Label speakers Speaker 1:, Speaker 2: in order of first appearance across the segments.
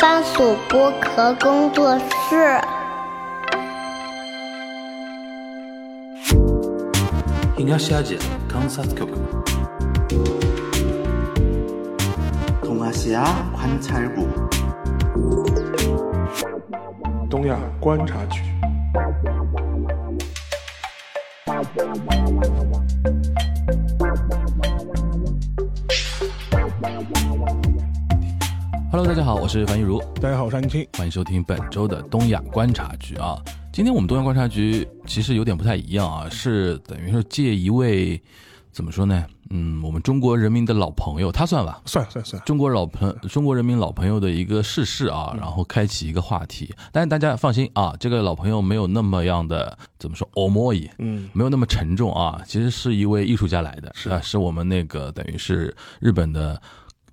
Speaker 1: 番薯剥壳工作室。
Speaker 2: 東アジア観察局
Speaker 3: 동아시아관찰국
Speaker 4: 东亚观察局。
Speaker 5: Hello，大家好，我是樊玉茹，
Speaker 4: 大家好，我是安青。
Speaker 5: 欢迎收听本周的东亚观察局啊。今天我们东亚观察局其实有点不太一样啊，是等于是借一位怎么说呢？嗯，我们中国人民的老朋友，他算吧，
Speaker 4: 算算算，
Speaker 5: 中国老朋中国人民老朋友的一个逝世啊，
Speaker 4: 嗯
Speaker 5: 然后开启一个话题。但是大家放心啊，这个老朋友没有那么样的怎么说 o m o
Speaker 4: 嗯，
Speaker 5: 没有那么沉重啊，其实是一位艺术家来的，
Speaker 4: 是
Speaker 5: 啊，是我们那个等于是日本的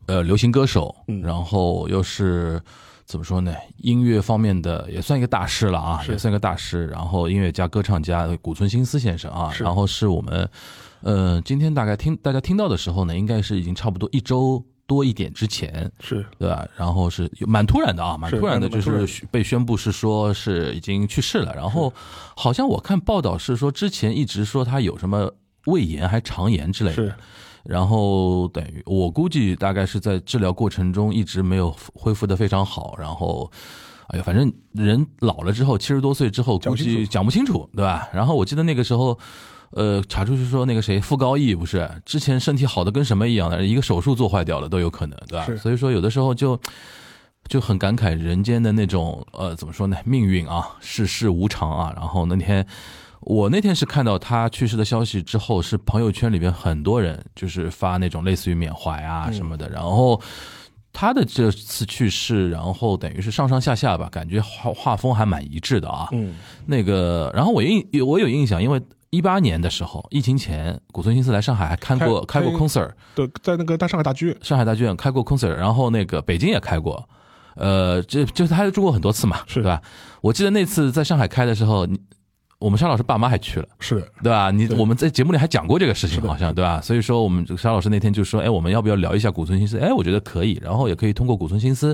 Speaker 5: 呃流行歌手，
Speaker 4: 嗯
Speaker 5: 然后又是怎么说呢，音乐方面的也算一个大师了啊，
Speaker 4: 是
Speaker 5: 也算一个大师，然后音乐家、歌唱家古村新司先生啊，
Speaker 4: 是
Speaker 5: 然后是我们呃今天大概听大家听到的时候呢，应该是已经差不多一周。多一点之前，
Speaker 4: 是
Speaker 5: 对吧？然后是蛮突然的啊，蛮
Speaker 4: 是
Speaker 5: 突然的，
Speaker 4: 蛮
Speaker 5: 就
Speaker 4: 突然的
Speaker 5: 是宣被宣布是说是已经去世了。然后好像我看报道是说之前一直说他有什么胃炎还肠炎之类
Speaker 4: 是
Speaker 5: 的，然后等于我估计大概是在治疗过程中一直没有恢复的非常好，然后。哎呀，反正人老了之后，七十多岁之后，
Speaker 4: 讲
Speaker 5: 估
Speaker 4: 不清楚
Speaker 5: 计讲不清楚，对吧？然后我记得那个时候，呃，查出去说那个谁傅高义不是之前身体好的跟什么一样的，一个手术做坏掉了都有可能，对吧
Speaker 4: 是？
Speaker 5: 所以说有的时候就就很感慨人间的那种呃怎么说呢命运啊世事无常啊。然后那天我那天是看到他去世的消息之后，是朋友圈里面很多人就是发那种类似于缅怀
Speaker 4: 嗯
Speaker 5: 啊什么的，然后。他的这次去世，然后等于是上上下下吧，感觉画画风还蛮一致的啊。
Speaker 4: 嗯，
Speaker 5: 那个，然后我印我有印象，因为一八年的时候，疫情前，古村新司来上海还看过
Speaker 4: 开
Speaker 5: 开过
Speaker 4: 开
Speaker 5: concert，
Speaker 4: 对，在那个大上海大剧院，
Speaker 5: 上海大剧院开过 concert，然后那个北京也开过，呃，这就是他住过很多次嘛，
Speaker 4: 是
Speaker 5: 对吧？我记得那次在上海开的时候，你我们沙老师爸妈还去了。
Speaker 4: 是的，
Speaker 5: 对吧？你
Speaker 4: 对
Speaker 5: 我们在节目里还讲过这个事情，
Speaker 4: 的
Speaker 5: 好像对吧？所以说我们沙老师那天就说，哎，我们要不要聊一下古村新司？哎，我觉得可以，然后也可以通过古村新司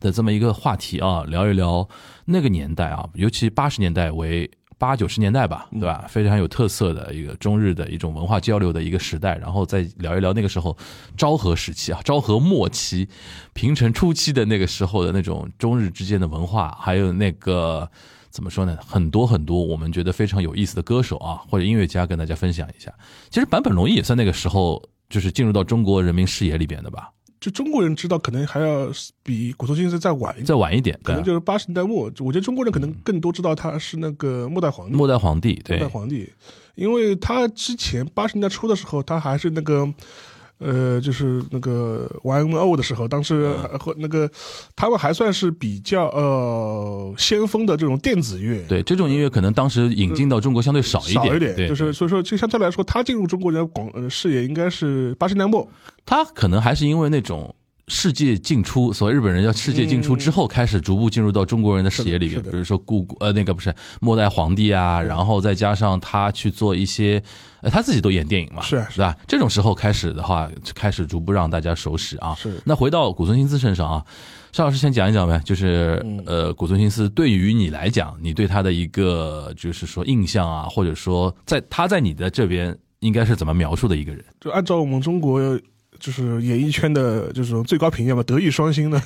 Speaker 5: 的这么一个话题啊，聊一聊那个年代啊，尤其八十年代为。八九十年代吧，
Speaker 4: 嗯
Speaker 5: 对吧？非常有特色的一个中日的一种文化交流的一个时代，然后再聊一聊那个时候昭和时期啊，昭和末期、平成初期的那个时候的那种中日之间的文化，还有那个怎么说呢？很多很多我们觉得非常有意思的歌手啊，或者音乐家跟大家分享一下。其实坂本龙一也算那个时候就是进入到中国人民视野里边的吧，
Speaker 4: 就中国人知道可能还要比古村新司再晚一点，
Speaker 5: 再晚一点，
Speaker 4: 可
Speaker 5: 对啊
Speaker 4: 能就是八十年代末。就我觉得中国人可能更多知道他是那个末代皇帝，
Speaker 5: 末代皇帝，
Speaker 4: 末代
Speaker 5: 对，
Speaker 4: 皇帝，因为他之前八十年代初的时候，他还是那个。呃，就是那个 YMO 的时候，当时
Speaker 5: 嗯
Speaker 4: 和那个他们还算是比较呃先锋的这种电子乐，
Speaker 5: 对这种音乐可能当时引进到中国相对少一
Speaker 4: 少
Speaker 5: 点，
Speaker 4: 一点，
Speaker 5: 对，
Speaker 4: 就是所以说，就相对来说，他进入中国人广呃视野应该是八十年代末，
Speaker 5: 他可能还是因为那种。世界进出，所谓日本人叫世界进出之后，开始逐步进入到中国人的视野里
Speaker 4: 是
Speaker 5: 面。
Speaker 4: 的是的嗯
Speaker 5: 比如说故呃那个不是末代皇帝啊，然后再加上他去做一些，呃他自己都演电影嘛，
Speaker 4: 是啊
Speaker 5: 是吧？这种时候开始的话，就开始逐步让大家熟识啊。
Speaker 4: 是
Speaker 5: 那回到古村新司身上啊，邵老师先讲一讲呗，就是
Speaker 4: 嗯
Speaker 5: 呃古村新司对于你来讲，你对他的一个就是说印象啊，或者说在他在你的这边应该是怎么描述的一个 人？
Speaker 4: 就按照我们中国就是演艺圈的这种最高评价吧，德艺双 馨的，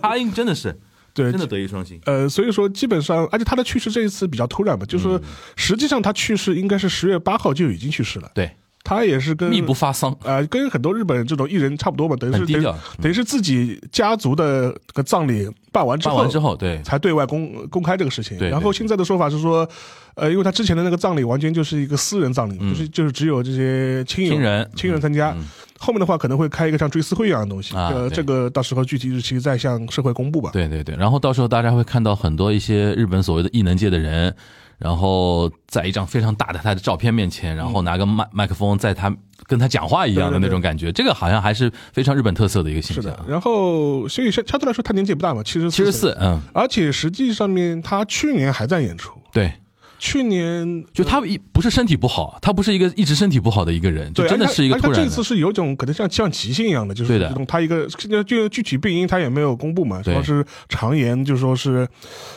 Speaker 5: 他应真的是。
Speaker 4: 对，
Speaker 5: 真的德艺双馨。
Speaker 4: 呃，所以说基本上，而且他的去世这一次比较突然嘛，就
Speaker 5: 嗯
Speaker 4: 是说实际上他去世应该是十月八号就已经去世了，
Speaker 5: 对，
Speaker 4: 他也是跟
Speaker 5: 密不发丧，
Speaker 4: 呃跟很多日本这种艺人差不多嘛，等于是
Speaker 5: 很低
Speaker 4: 等于
Speaker 5: 调
Speaker 4: 等于是自己家族的这个葬礼办完之
Speaker 5: 办
Speaker 4: 后
Speaker 5: 完之后，对，
Speaker 4: 才对外公公开这个事情。
Speaker 5: 对
Speaker 4: 然后现在的说法是说，呃，因为他之前的那个葬礼完全就是一个私人葬礼，就是就是只有这些亲
Speaker 5: 嗯
Speaker 4: 友
Speaker 5: 亲人嗯
Speaker 4: 亲人参加。后面的话可能会开一个像追思会一样的东西，
Speaker 5: 啊
Speaker 4: 呃，
Speaker 5: 对
Speaker 4: 这个到时候具体日期再向社会公布吧。
Speaker 5: 对对对。然后到时候大家会看到很多一些日本所谓的异能界的人，然后在一张非常大的他的照片面前，然后拿个麦麦克风在他跟他讲话一样的
Speaker 4: 嗯对
Speaker 5: 那
Speaker 4: 对对
Speaker 5: 种感觉，这个好像还是非常日本特色的一个啊形
Speaker 4: 是
Speaker 5: 象
Speaker 4: 的。。然后，所以相相对来说，他年纪也不大嘛，七十
Speaker 5: 七十四，，嗯，
Speaker 4: 而且实际上面他去年还在演出，
Speaker 5: 对，
Speaker 4: 去年
Speaker 5: 就他一不是身体不好，他不是一个一直身体不好的一个人，就
Speaker 4: 对，
Speaker 5: 真的
Speaker 4: 而且
Speaker 5: 是一个
Speaker 4: 而且
Speaker 5: 突
Speaker 4: 他
Speaker 5: 然的
Speaker 4: 这次。是有一种可能像像急性一样的，就是
Speaker 5: 对的
Speaker 4: 这种他一个就就具体病因他也没有公布嘛，
Speaker 5: 对
Speaker 4: 说是肠炎，就说是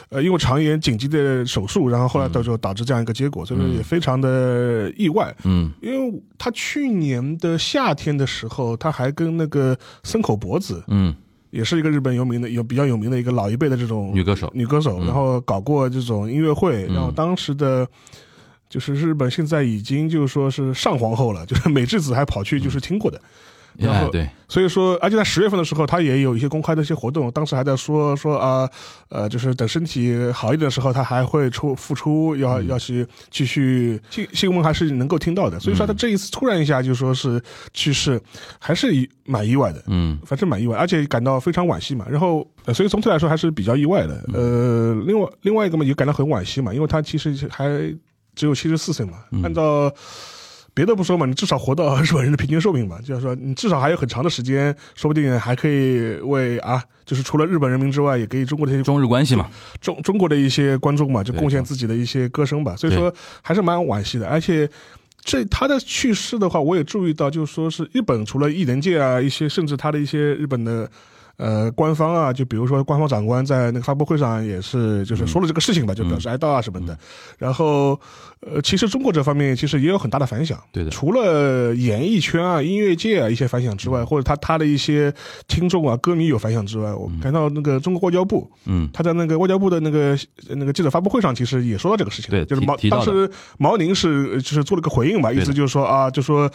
Speaker 4: 呃因为肠炎紧急的手术，然后后来
Speaker 5: 嗯
Speaker 4: 到时候导致这样一个结果，所以说也非常的意外。
Speaker 5: 嗯，
Speaker 4: 因为他去年的夏天的时候，他还跟那个森口博子，
Speaker 5: 嗯，
Speaker 4: 也是一个日本有名的、有比较有名的一个老一辈的这种
Speaker 5: 女歌手
Speaker 4: 女歌手，
Speaker 5: 嗯
Speaker 4: 然后搞过这种音乐会，
Speaker 5: 嗯
Speaker 4: 然后当时的。就是日本现在已经就是说是上皇后了， 就是美智子还跑去就是听过的，然
Speaker 5: 哎
Speaker 4: 后
Speaker 5: 对，
Speaker 4: 所以说，而且在十月份的时候，他也有一些公开的一些活动，当时还在说说啊，呃，就是等身体好一点的时候，他还会出复出，要、
Speaker 5: 嗯
Speaker 4: 要去继续新新闻还是能够听到的。所
Speaker 5: 嗯
Speaker 4: 以说，他这一次突然一下就说是去世，还是以蛮意外的，
Speaker 5: 嗯
Speaker 4: 反正蛮意外，而且感到非常惋惜嘛。然后，呃、所以总体来说还是比较意外的。呃，另外另外一个嘛，也感到很惋惜嘛，因为他其实还只有七十四岁嘛，按照。别的不说嘛，你至少活到日本人的平均寿命吧，就是说你至少还有很长的时间，说不定还可以为啊，就是除了日本人民之外，也给中国的一些
Speaker 5: 中日关系嘛，
Speaker 4: 中中国的一些观众嘛，就
Speaker 5: 对
Speaker 4: 贡献自己的一些歌声吧，所以说还是蛮惋惜的。而且这他的去世的话，我也注意到，就是说是日本除了艺能界啊，一些甚至他的一些日本的。呃，官方啊，就比如说官方长官在那个发布会上也是，
Speaker 5: 嗯
Speaker 4: 就是说了这个事情吧，就表示哀悼啊什么的。然后，呃，其实中国这方面其实也有很大的反响，
Speaker 5: 对的
Speaker 4: 除了演艺圈啊、音乐界啊一些反响之
Speaker 5: 嗯
Speaker 4: 外，或者他他的一些听众啊、歌迷有反响之外，我看到那个中国外交部，
Speaker 5: 嗯
Speaker 4: 他在那个外交部的那个呃那个记者发布会上，其实也说到这个事情，
Speaker 5: 对
Speaker 4: 就是
Speaker 5: 提
Speaker 4: 毛
Speaker 5: 提到
Speaker 4: 当
Speaker 5: 的
Speaker 4: 时毛宁是呃就是做了个回应吧，意
Speaker 5: 的
Speaker 4: 思就是说啊，就说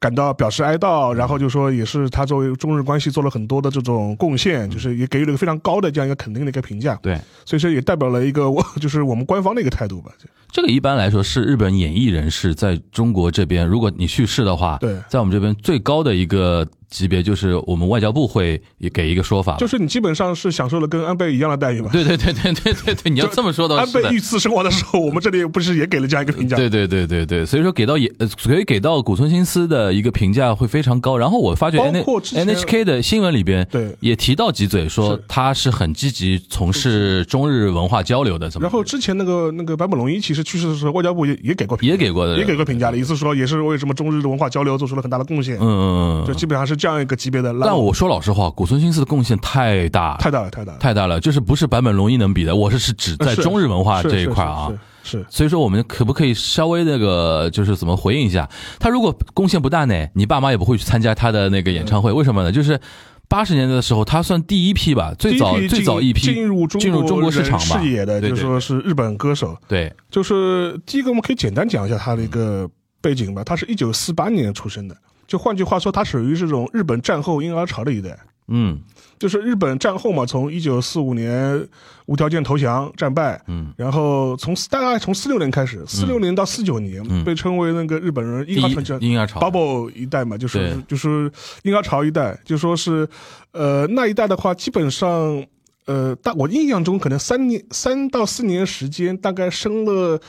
Speaker 4: 感到表示哀悼，然后就说也是他作为中日关系做了很多的这种
Speaker 5: 嗯
Speaker 4: 贡献，就是也给予了一个非常高的这样一个肯定的一个评价，
Speaker 5: 对，
Speaker 4: 所以说也代表了一个我就是我们官方的一个态度吧，
Speaker 5: 这个一般来说是日本演艺人士在中国这边，如果你去世的话，
Speaker 4: 对
Speaker 5: 在我们这边最高的一个级别就是我们外交部会也给一个说法吧，
Speaker 4: 就是你基本上是享受了跟安倍一样的待遇吧。
Speaker 5: 对对对对对对对，你要这么说倒
Speaker 4: 安
Speaker 5: 是
Speaker 4: 倍
Speaker 5: 的。
Speaker 4: 遇刺身亡的时候，我们这里不是也给了这样一个评价？
Speaker 5: 对对对对对，所以说给到也，呃所以给到古村新司的一个评价会非常高。然后我发觉
Speaker 4: 包
Speaker 5: N
Speaker 4: 括之前
Speaker 5: NHK 的新闻里边，
Speaker 4: 对
Speaker 5: 也提到几嘴说
Speaker 4: 是
Speaker 5: 他是很积极从事中日文化交流的，怎么
Speaker 4: 然后之前那个那个坂本龙一其实去世的时候，外交部也也给过评价
Speaker 5: 也给过的
Speaker 4: 也给过评价的，意思说也是为什么中日的文化交流做出了很大的贡献，
Speaker 5: 嗯嗯嗯
Speaker 4: 就
Speaker 5: 嗯。
Speaker 4: 基本上是这样一个级别的。
Speaker 5: 但我说老实话，古村新司的贡献太大
Speaker 4: 太大了，太大了，
Speaker 5: 太大了，就是不是版本龙一能比的。我是是指在
Speaker 4: 呃是
Speaker 5: 中日文化
Speaker 4: 是
Speaker 5: 这一
Speaker 4: 是
Speaker 5: 块啊。
Speaker 4: 是是是
Speaker 5: 所以说，我们可不可以稍微那个，就是怎么回应一下？他如果贡献不大呢，你爸妈也不会去参加他的那个演唱会，
Speaker 4: 嗯
Speaker 5: 为什么呢？就是八十年代的时候，他算第一批吧，最早
Speaker 4: 第一批
Speaker 5: 最早一批
Speaker 4: 进入中
Speaker 5: 进入中国市场吧
Speaker 4: 人视野的，
Speaker 5: 对
Speaker 4: 就
Speaker 5: 对
Speaker 4: 是说是日本歌手。
Speaker 5: 对，
Speaker 4: 就是第一个，我们可以简单讲一下他的一个
Speaker 5: 嗯
Speaker 4: 背景吧。他是一九四八年出生的，就换句话说，他属于这种日本战后婴儿潮的一代。
Speaker 5: 嗯
Speaker 4: 就是日本战后嘛，从一九四五年无条件投降战败，
Speaker 5: 嗯，
Speaker 4: 然后从大概从四六年开始，四六年到四九年、
Speaker 5: 嗯
Speaker 4: 被称为那个日本人
Speaker 5: 第
Speaker 4: 婴儿
Speaker 5: 一
Speaker 4: 潮叫
Speaker 5: 婴儿潮
Speaker 4: bubble 一代嘛，就是
Speaker 5: 对
Speaker 4: 就是婴儿潮一代，就说是呃那一代的话，基本上呃大我印象中可能三年三到四年时间，大概生了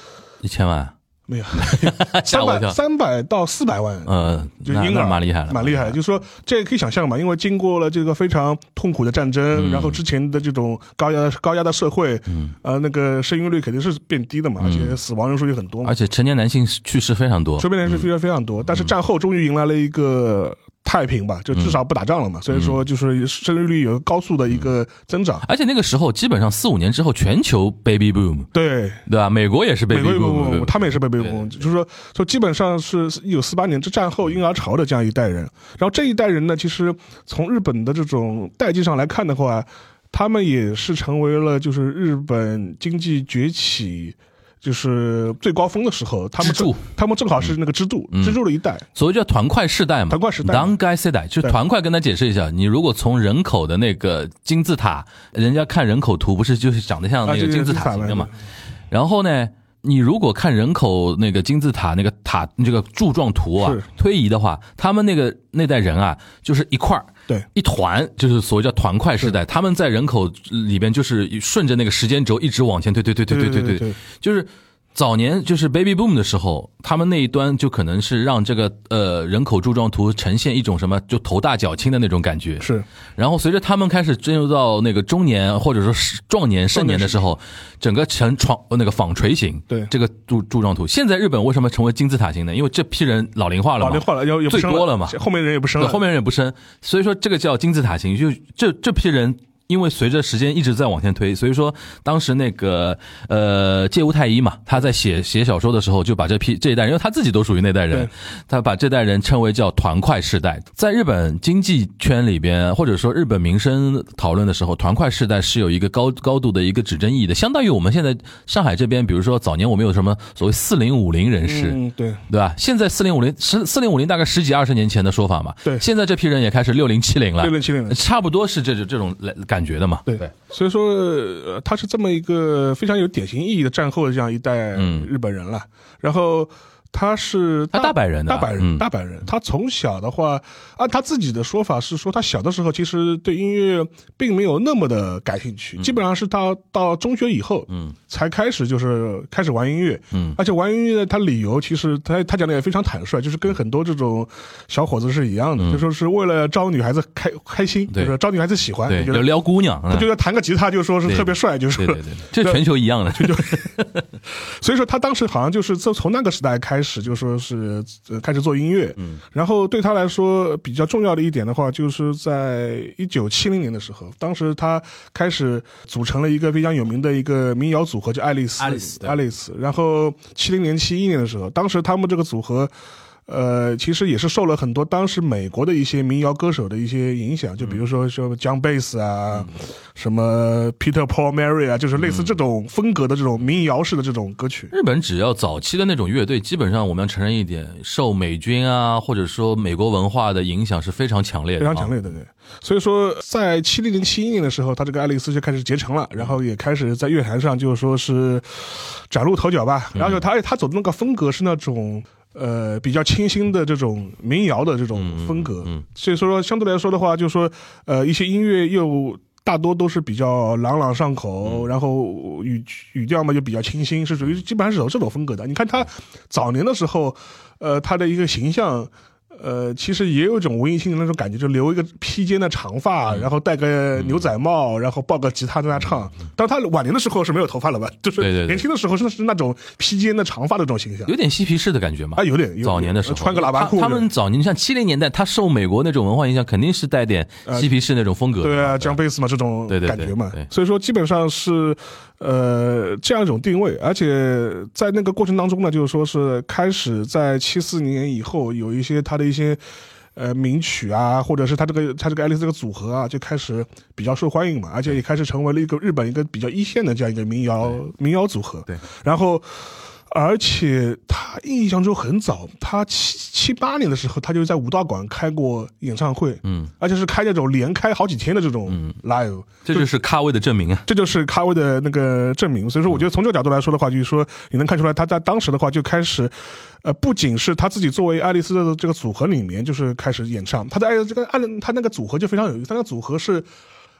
Speaker 5: 一千万，
Speaker 4: 没有
Speaker 5: 吓
Speaker 4: 三
Speaker 5: 我一
Speaker 4: 百
Speaker 5: 跳。
Speaker 4: 三百到四百万
Speaker 5: 呃，
Speaker 4: 就
Speaker 5: 那
Speaker 4: 婴
Speaker 5: 那
Speaker 4: 儿
Speaker 5: 蛮厉害的，嗯
Speaker 4: 蛮厉害的。就是说，这也可以想象嘛，因为经过了这个非常痛苦的战争，
Speaker 5: 嗯
Speaker 4: 然后之前的这种高压高压的社会，
Speaker 5: 嗯，
Speaker 4: 呃，那个生育率肯定是变低的嘛，而且死亡人数也很多嘛
Speaker 5: 而，且成年男性去世非常多
Speaker 4: 周，边人数非常非常多。但
Speaker 5: 嗯
Speaker 4: 是战后终于迎来了一个太平吧，就至少不打仗了嘛，
Speaker 5: 嗯
Speaker 4: 所以说就是生育率有高速的一个增长。
Speaker 5: 而且那个时候基本上四五年之后，全球 baby boom，
Speaker 4: 对，
Speaker 5: 对吧？美国也是
Speaker 4: 美
Speaker 5: baby
Speaker 4: 国有个
Speaker 5: boom，对吧
Speaker 4: 他们也是被被攻，就是说，说基本上是一九四八年这战后婴儿潮的这样一代人。然后这一代人呢，其实从日本的这种代际上来看的话，他们也是成为了就是日本经济崛起。就是最高峰的时候，他们
Speaker 5: 支柱嗯
Speaker 4: 正他们正好是那个支柱，支柱的一代，
Speaker 5: 所谓叫团块世代嘛，
Speaker 4: 团块世代
Speaker 5: 当该世代就是
Speaker 4: 对
Speaker 5: 团块。跟他解释一下，你如果从人口的那个金字塔，人家看人口图不是就是长得像
Speaker 4: 啊
Speaker 5: 那
Speaker 4: 这
Speaker 5: 个
Speaker 4: 个
Speaker 5: 金字塔型的嘛？然后呢，你如果看人口那个金字塔那个塔这个柱状图啊
Speaker 4: 是，
Speaker 5: 推移的话，他们那个那代人啊，就是一块儿。
Speaker 4: 对
Speaker 5: 一团就是所谓叫团块世代，他们在人口里边就是顺着那个时间轴一直往前推，推推推推
Speaker 4: 对
Speaker 5: 推
Speaker 4: 对对
Speaker 5: 就是早年就是 baby boom 的时候，他们那一端就可能是让这个呃人口柱状图呈现一种什么就头大脚轻的那种感觉。
Speaker 4: 是
Speaker 5: 然后随着他们开始进入到那个中年或者说是壮年、盛年的时候，整个呈床那个纺锤型，
Speaker 4: 对
Speaker 5: 这个柱柱状图。现在日本为什么成为金字塔型呢？因为这批人老龄化了嘛，
Speaker 4: 老龄化了，要也不
Speaker 5: 最
Speaker 4: 生
Speaker 5: 多了嘛，
Speaker 4: 后面人也不生
Speaker 5: 对，
Speaker 4: 了，
Speaker 5: 后面人也不生，所以说这个叫金字塔型，就这这批人。因为随着时间一直在往前推，所以说当时那个呃介屋太一嘛，他在写写小说的时候，就把这批这一代人，因为他自己都属于那代人
Speaker 4: 对，
Speaker 5: 他把这代人称为叫团块世代。在日本经济圈里边，或者说日本民生讨论的时候，团块世代是有一个高高度的一个指针意义的，相当于我们现在上海这边，比如说早年我们有什么所谓四零五零人士，
Speaker 4: 嗯，对，
Speaker 5: 对吧？现在四零五零十四零五零大概十几二十年前的说法嘛，
Speaker 4: 对
Speaker 5: 现在这批人也开始六零七零了，
Speaker 4: 六零七零了
Speaker 5: 差不多是这种这种来感觉的嘛。
Speaker 4: 对，所以说、呃、他是这么一个非常有典型意义的战后的这样一代
Speaker 5: 嗯
Speaker 4: 日本人了。然后他是
Speaker 5: 他大阪人的
Speaker 4: 大阪人，
Speaker 5: 嗯
Speaker 4: 大阪人。他从小的话，按他自己的说法是说，他小的时候其实对音乐并没有那么的感兴趣，
Speaker 5: 嗯
Speaker 4: 基本上是他到中学以后，嗯，才开始就是开始玩音乐，
Speaker 5: 嗯
Speaker 4: 而且玩音乐呢，他理由其实他他讲的也非常坦率，就是跟很多这种小伙子是一样的，就说是为了招女孩子开开心，
Speaker 5: 嗯
Speaker 4: 就
Speaker 5: 对
Speaker 4: 是招女孩子喜欢，
Speaker 5: 对，
Speaker 4: 就觉
Speaker 5: 要
Speaker 4: 得
Speaker 5: 撩姑娘，
Speaker 4: 他
Speaker 5: 嗯
Speaker 4: 觉得弹个吉他就说是
Speaker 5: 对
Speaker 4: 特别帅，就是
Speaker 5: 对对对，对这全球一样的，
Speaker 4: 所以说他当时好像就是从从那个时代开始就说是呃开始做音乐，嗯，然后对他来说比较重要的一点的话，就是在一九七零年的时候，当时他开始组成了一个非常有名的一个民谣组合，叫爱丽丝，
Speaker 5: 爱丽丝对
Speaker 4: 爱丽丝。然后七零年七一年的时候，当时他们这个组合。呃，其实也是受了很多当时美国的一些民谣歌手的一些影响，就比如说说 John Bass 啊，
Speaker 5: 嗯
Speaker 4: 什么 Peter Paul Mary 啊，就是类似这种风格的这种民谣式的这种歌曲。
Speaker 5: 日本只要早期的那种乐队，基本上我们要承认一点，受美军啊或者说美国文化的影响是非常强烈
Speaker 4: 非
Speaker 5: 的、啊，
Speaker 4: 常强烈的，对。所以说，在七零年、七一年的时候，他这个爱丽丝就开始结成了，然后也开始在乐坛上就是说是崭露头角吧。然后他他走的那个风格是那种。呃，比较清新的这种民谣的这种风格，所以说相对来说的话，就是说，呃，一些音乐又大多都是比较朗朗上口，然后语语调嘛就比较清新，是属于基本上是走这种风格的。你看他早年的时候，呃，他的一个形象。呃，其实也有一种文艺青年那种感觉，就留一个披肩的长
Speaker 5: 嗯
Speaker 4: 发，然后戴个牛仔帽，然后抱个吉他在那唱。但是他晚年的时候是没有头发了吧？ 就
Speaker 5: 嗯
Speaker 4: 是
Speaker 5: 对对对
Speaker 4: 年轻的时候是是那种披肩的长发的这种形象
Speaker 5: 有点嬉皮士的感觉嘛。
Speaker 4: 啊，有点有点
Speaker 5: 早年的时候，
Speaker 4: 穿个喇叭裤
Speaker 5: 他他们早年像七零年代，他受美国那种文化影响，肯定是带点嬉皮士那种风格的嘛。
Speaker 4: 呃对啊，讲贝斯嘛，这种
Speaker 5: 对对对
Speaker 4: 感觉嘛
Speaker 5: 对，
Speaker 4: 所以说基本上是呃这样一种定位，而且在那个过程当中呢，就是说是开始在七四年以后有一些他的一些。呃，名曲啊，或者是他这个他这个爱丽丝这个组合啊，就开始比较受欢迎嘛，而且也开始成为了一个日本一个比较一线的这样一个民谣民谣组合。
Speaker 5: 对，
Speaker 4: 然后而且他印象中很早，他七七八年的时候，他就在武道馆开过演唱会，嗯，而且是开那种连开好几天的这
Speaker 5: 嗯
Speaker 4: 种 live，、
Speaker 5: 这就是咖位的证明啊。
Speaker 4: 这就是咖位的那个证明。所以说，我觉得从这个角度来说的话，就是说你能看出来，他在当时的话就开始，呃，不仅是他自己作为爱丽丝的这个组合里面，就是开始演唱。他在爱这个爱丽他那个组合就非常有意思，他那个组合是。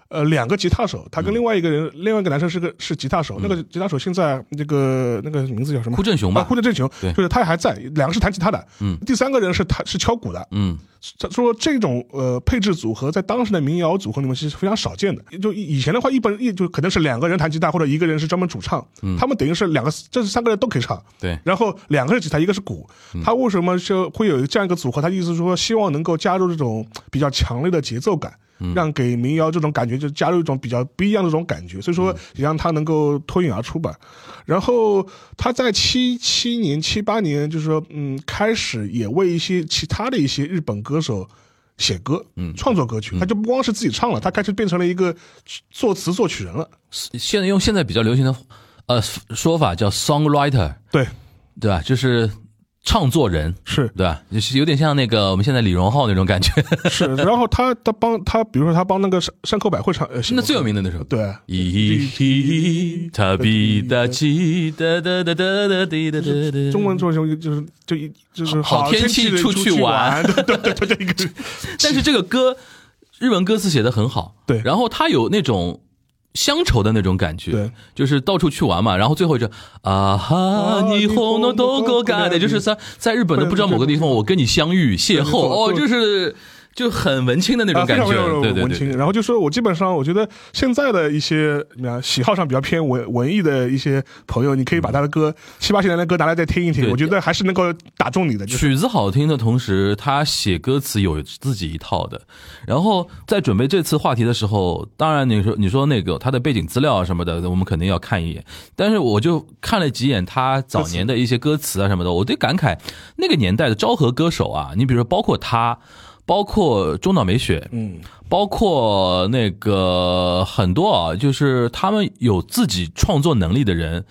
Speaker 4: 呃，两个吉他手，他跟另外一个人，另外一个男生是个是吉他手，那个吉他手现在那个那个名字叫什么？
Speaker 5: 哭正雄吧
Speaker 4: 啊，哭正雄，
Speaker 5: 对
Speaker 4: 就是他还在，两个是弹吉他的，嗯，第三个人是弹是敲鼓的，
Speaker 5: 嗯，
Speaker 4: 他说这种呃配置组合在当时的民谣组合里面是非常少见的。就以前的话，一般一就可能是两个人弹吉他，或者一个人是专门主唱，他们等于是两个，这是三个人都可以唱。
Speaker 5: 对
Speaker 4: 然后两个是吉他，一个是鼓。他为什么就会有这样一个组合？他意思是说，希望能够加入这种比较强烈的节奏感，让给民谣这种感觉就加入一种比较不一样的这种感觉，所以说也让它能够脱颖而出吧。然后他在七七年、七八年，就是说，嗯，开始也为一些其他的一些日本歌手。写歌，嗯，创作歌曲，他就不光是自己唱了，他开始变成了一个作词作曲人了。
Speaker 5: 现在用现在比较流行的呃说法叫 songwriter，
Speaker 4: 对，
Speaker 5: 对吧？就是唱作人，
Speaker 4: 是
Speaker 5: 对吧？就是有点像那个我们现在李荣浩那种感觉，
Speaker 4: 是，然后他他帮他，比如说他帮那个山山口百惠唱，呃，写
Speaker 5: 那
Speaker 4: 过
Speaker 5: 最有嗯
Speaker 4: 歌
Speaker 5: 名的那 首。
Speaker 4: 对，
Speaker 5: 咦咦，他比大气哒哒哒哒哒滴哒哒哒。
Speaker 4: 中文，做就是就是就一就是
Speaker 5: 好天气
Speaker 4: 的
Speaker 5: 出去
Speaker 4: 去
Speaker 5: 玩，
Speaker 4: 对对对对，这个
Speaker 5: 但是这个歌日文歌词写的很好，
Speaker 4: 对
Speaker 5: 然后它有那种乡愁的那种感觉
Speaker 4: 对，
Speaker 5: 就是到处去玩嘛，然后最后就啊哈，你红诺多够干的，就是在在日本的不知道某个地方，我跟你相遇邂逅，哦，就是就很文青的那种
Speaker 4: 啊，非
Speaker 5: 感
Speaker 4: 常
Speaker 5: 觉
Speaker 4: 非常，
Speaker 5: 对对
Speaker 4: 文
Speaker 5: 对
Speaker 4: 青。，然后就说我基本上，我觉得现在的一些啊喜好上比较偏文文艺的一些朋友，你可以把他的歌七八十年代的歌拿来再听一听，
Speaker 5: 嗯对
Speaker 4: 我觉得还是能够打中你的。就是
Speaker 5: 曲子好听的同时，他写歌词有自己一套的。然后在准备这次话题的时候，当然你说你说那个他的背景资料啊什么的，我们肯定要看一眼。但是我就看了几眼他早年的一些歌词啊什么的，我对感慨那个年代的昭和歌手啊，你比如说包括他，包括中岛美雪，嗯，包括那个很多啊，就是他们有自己创作能力的人。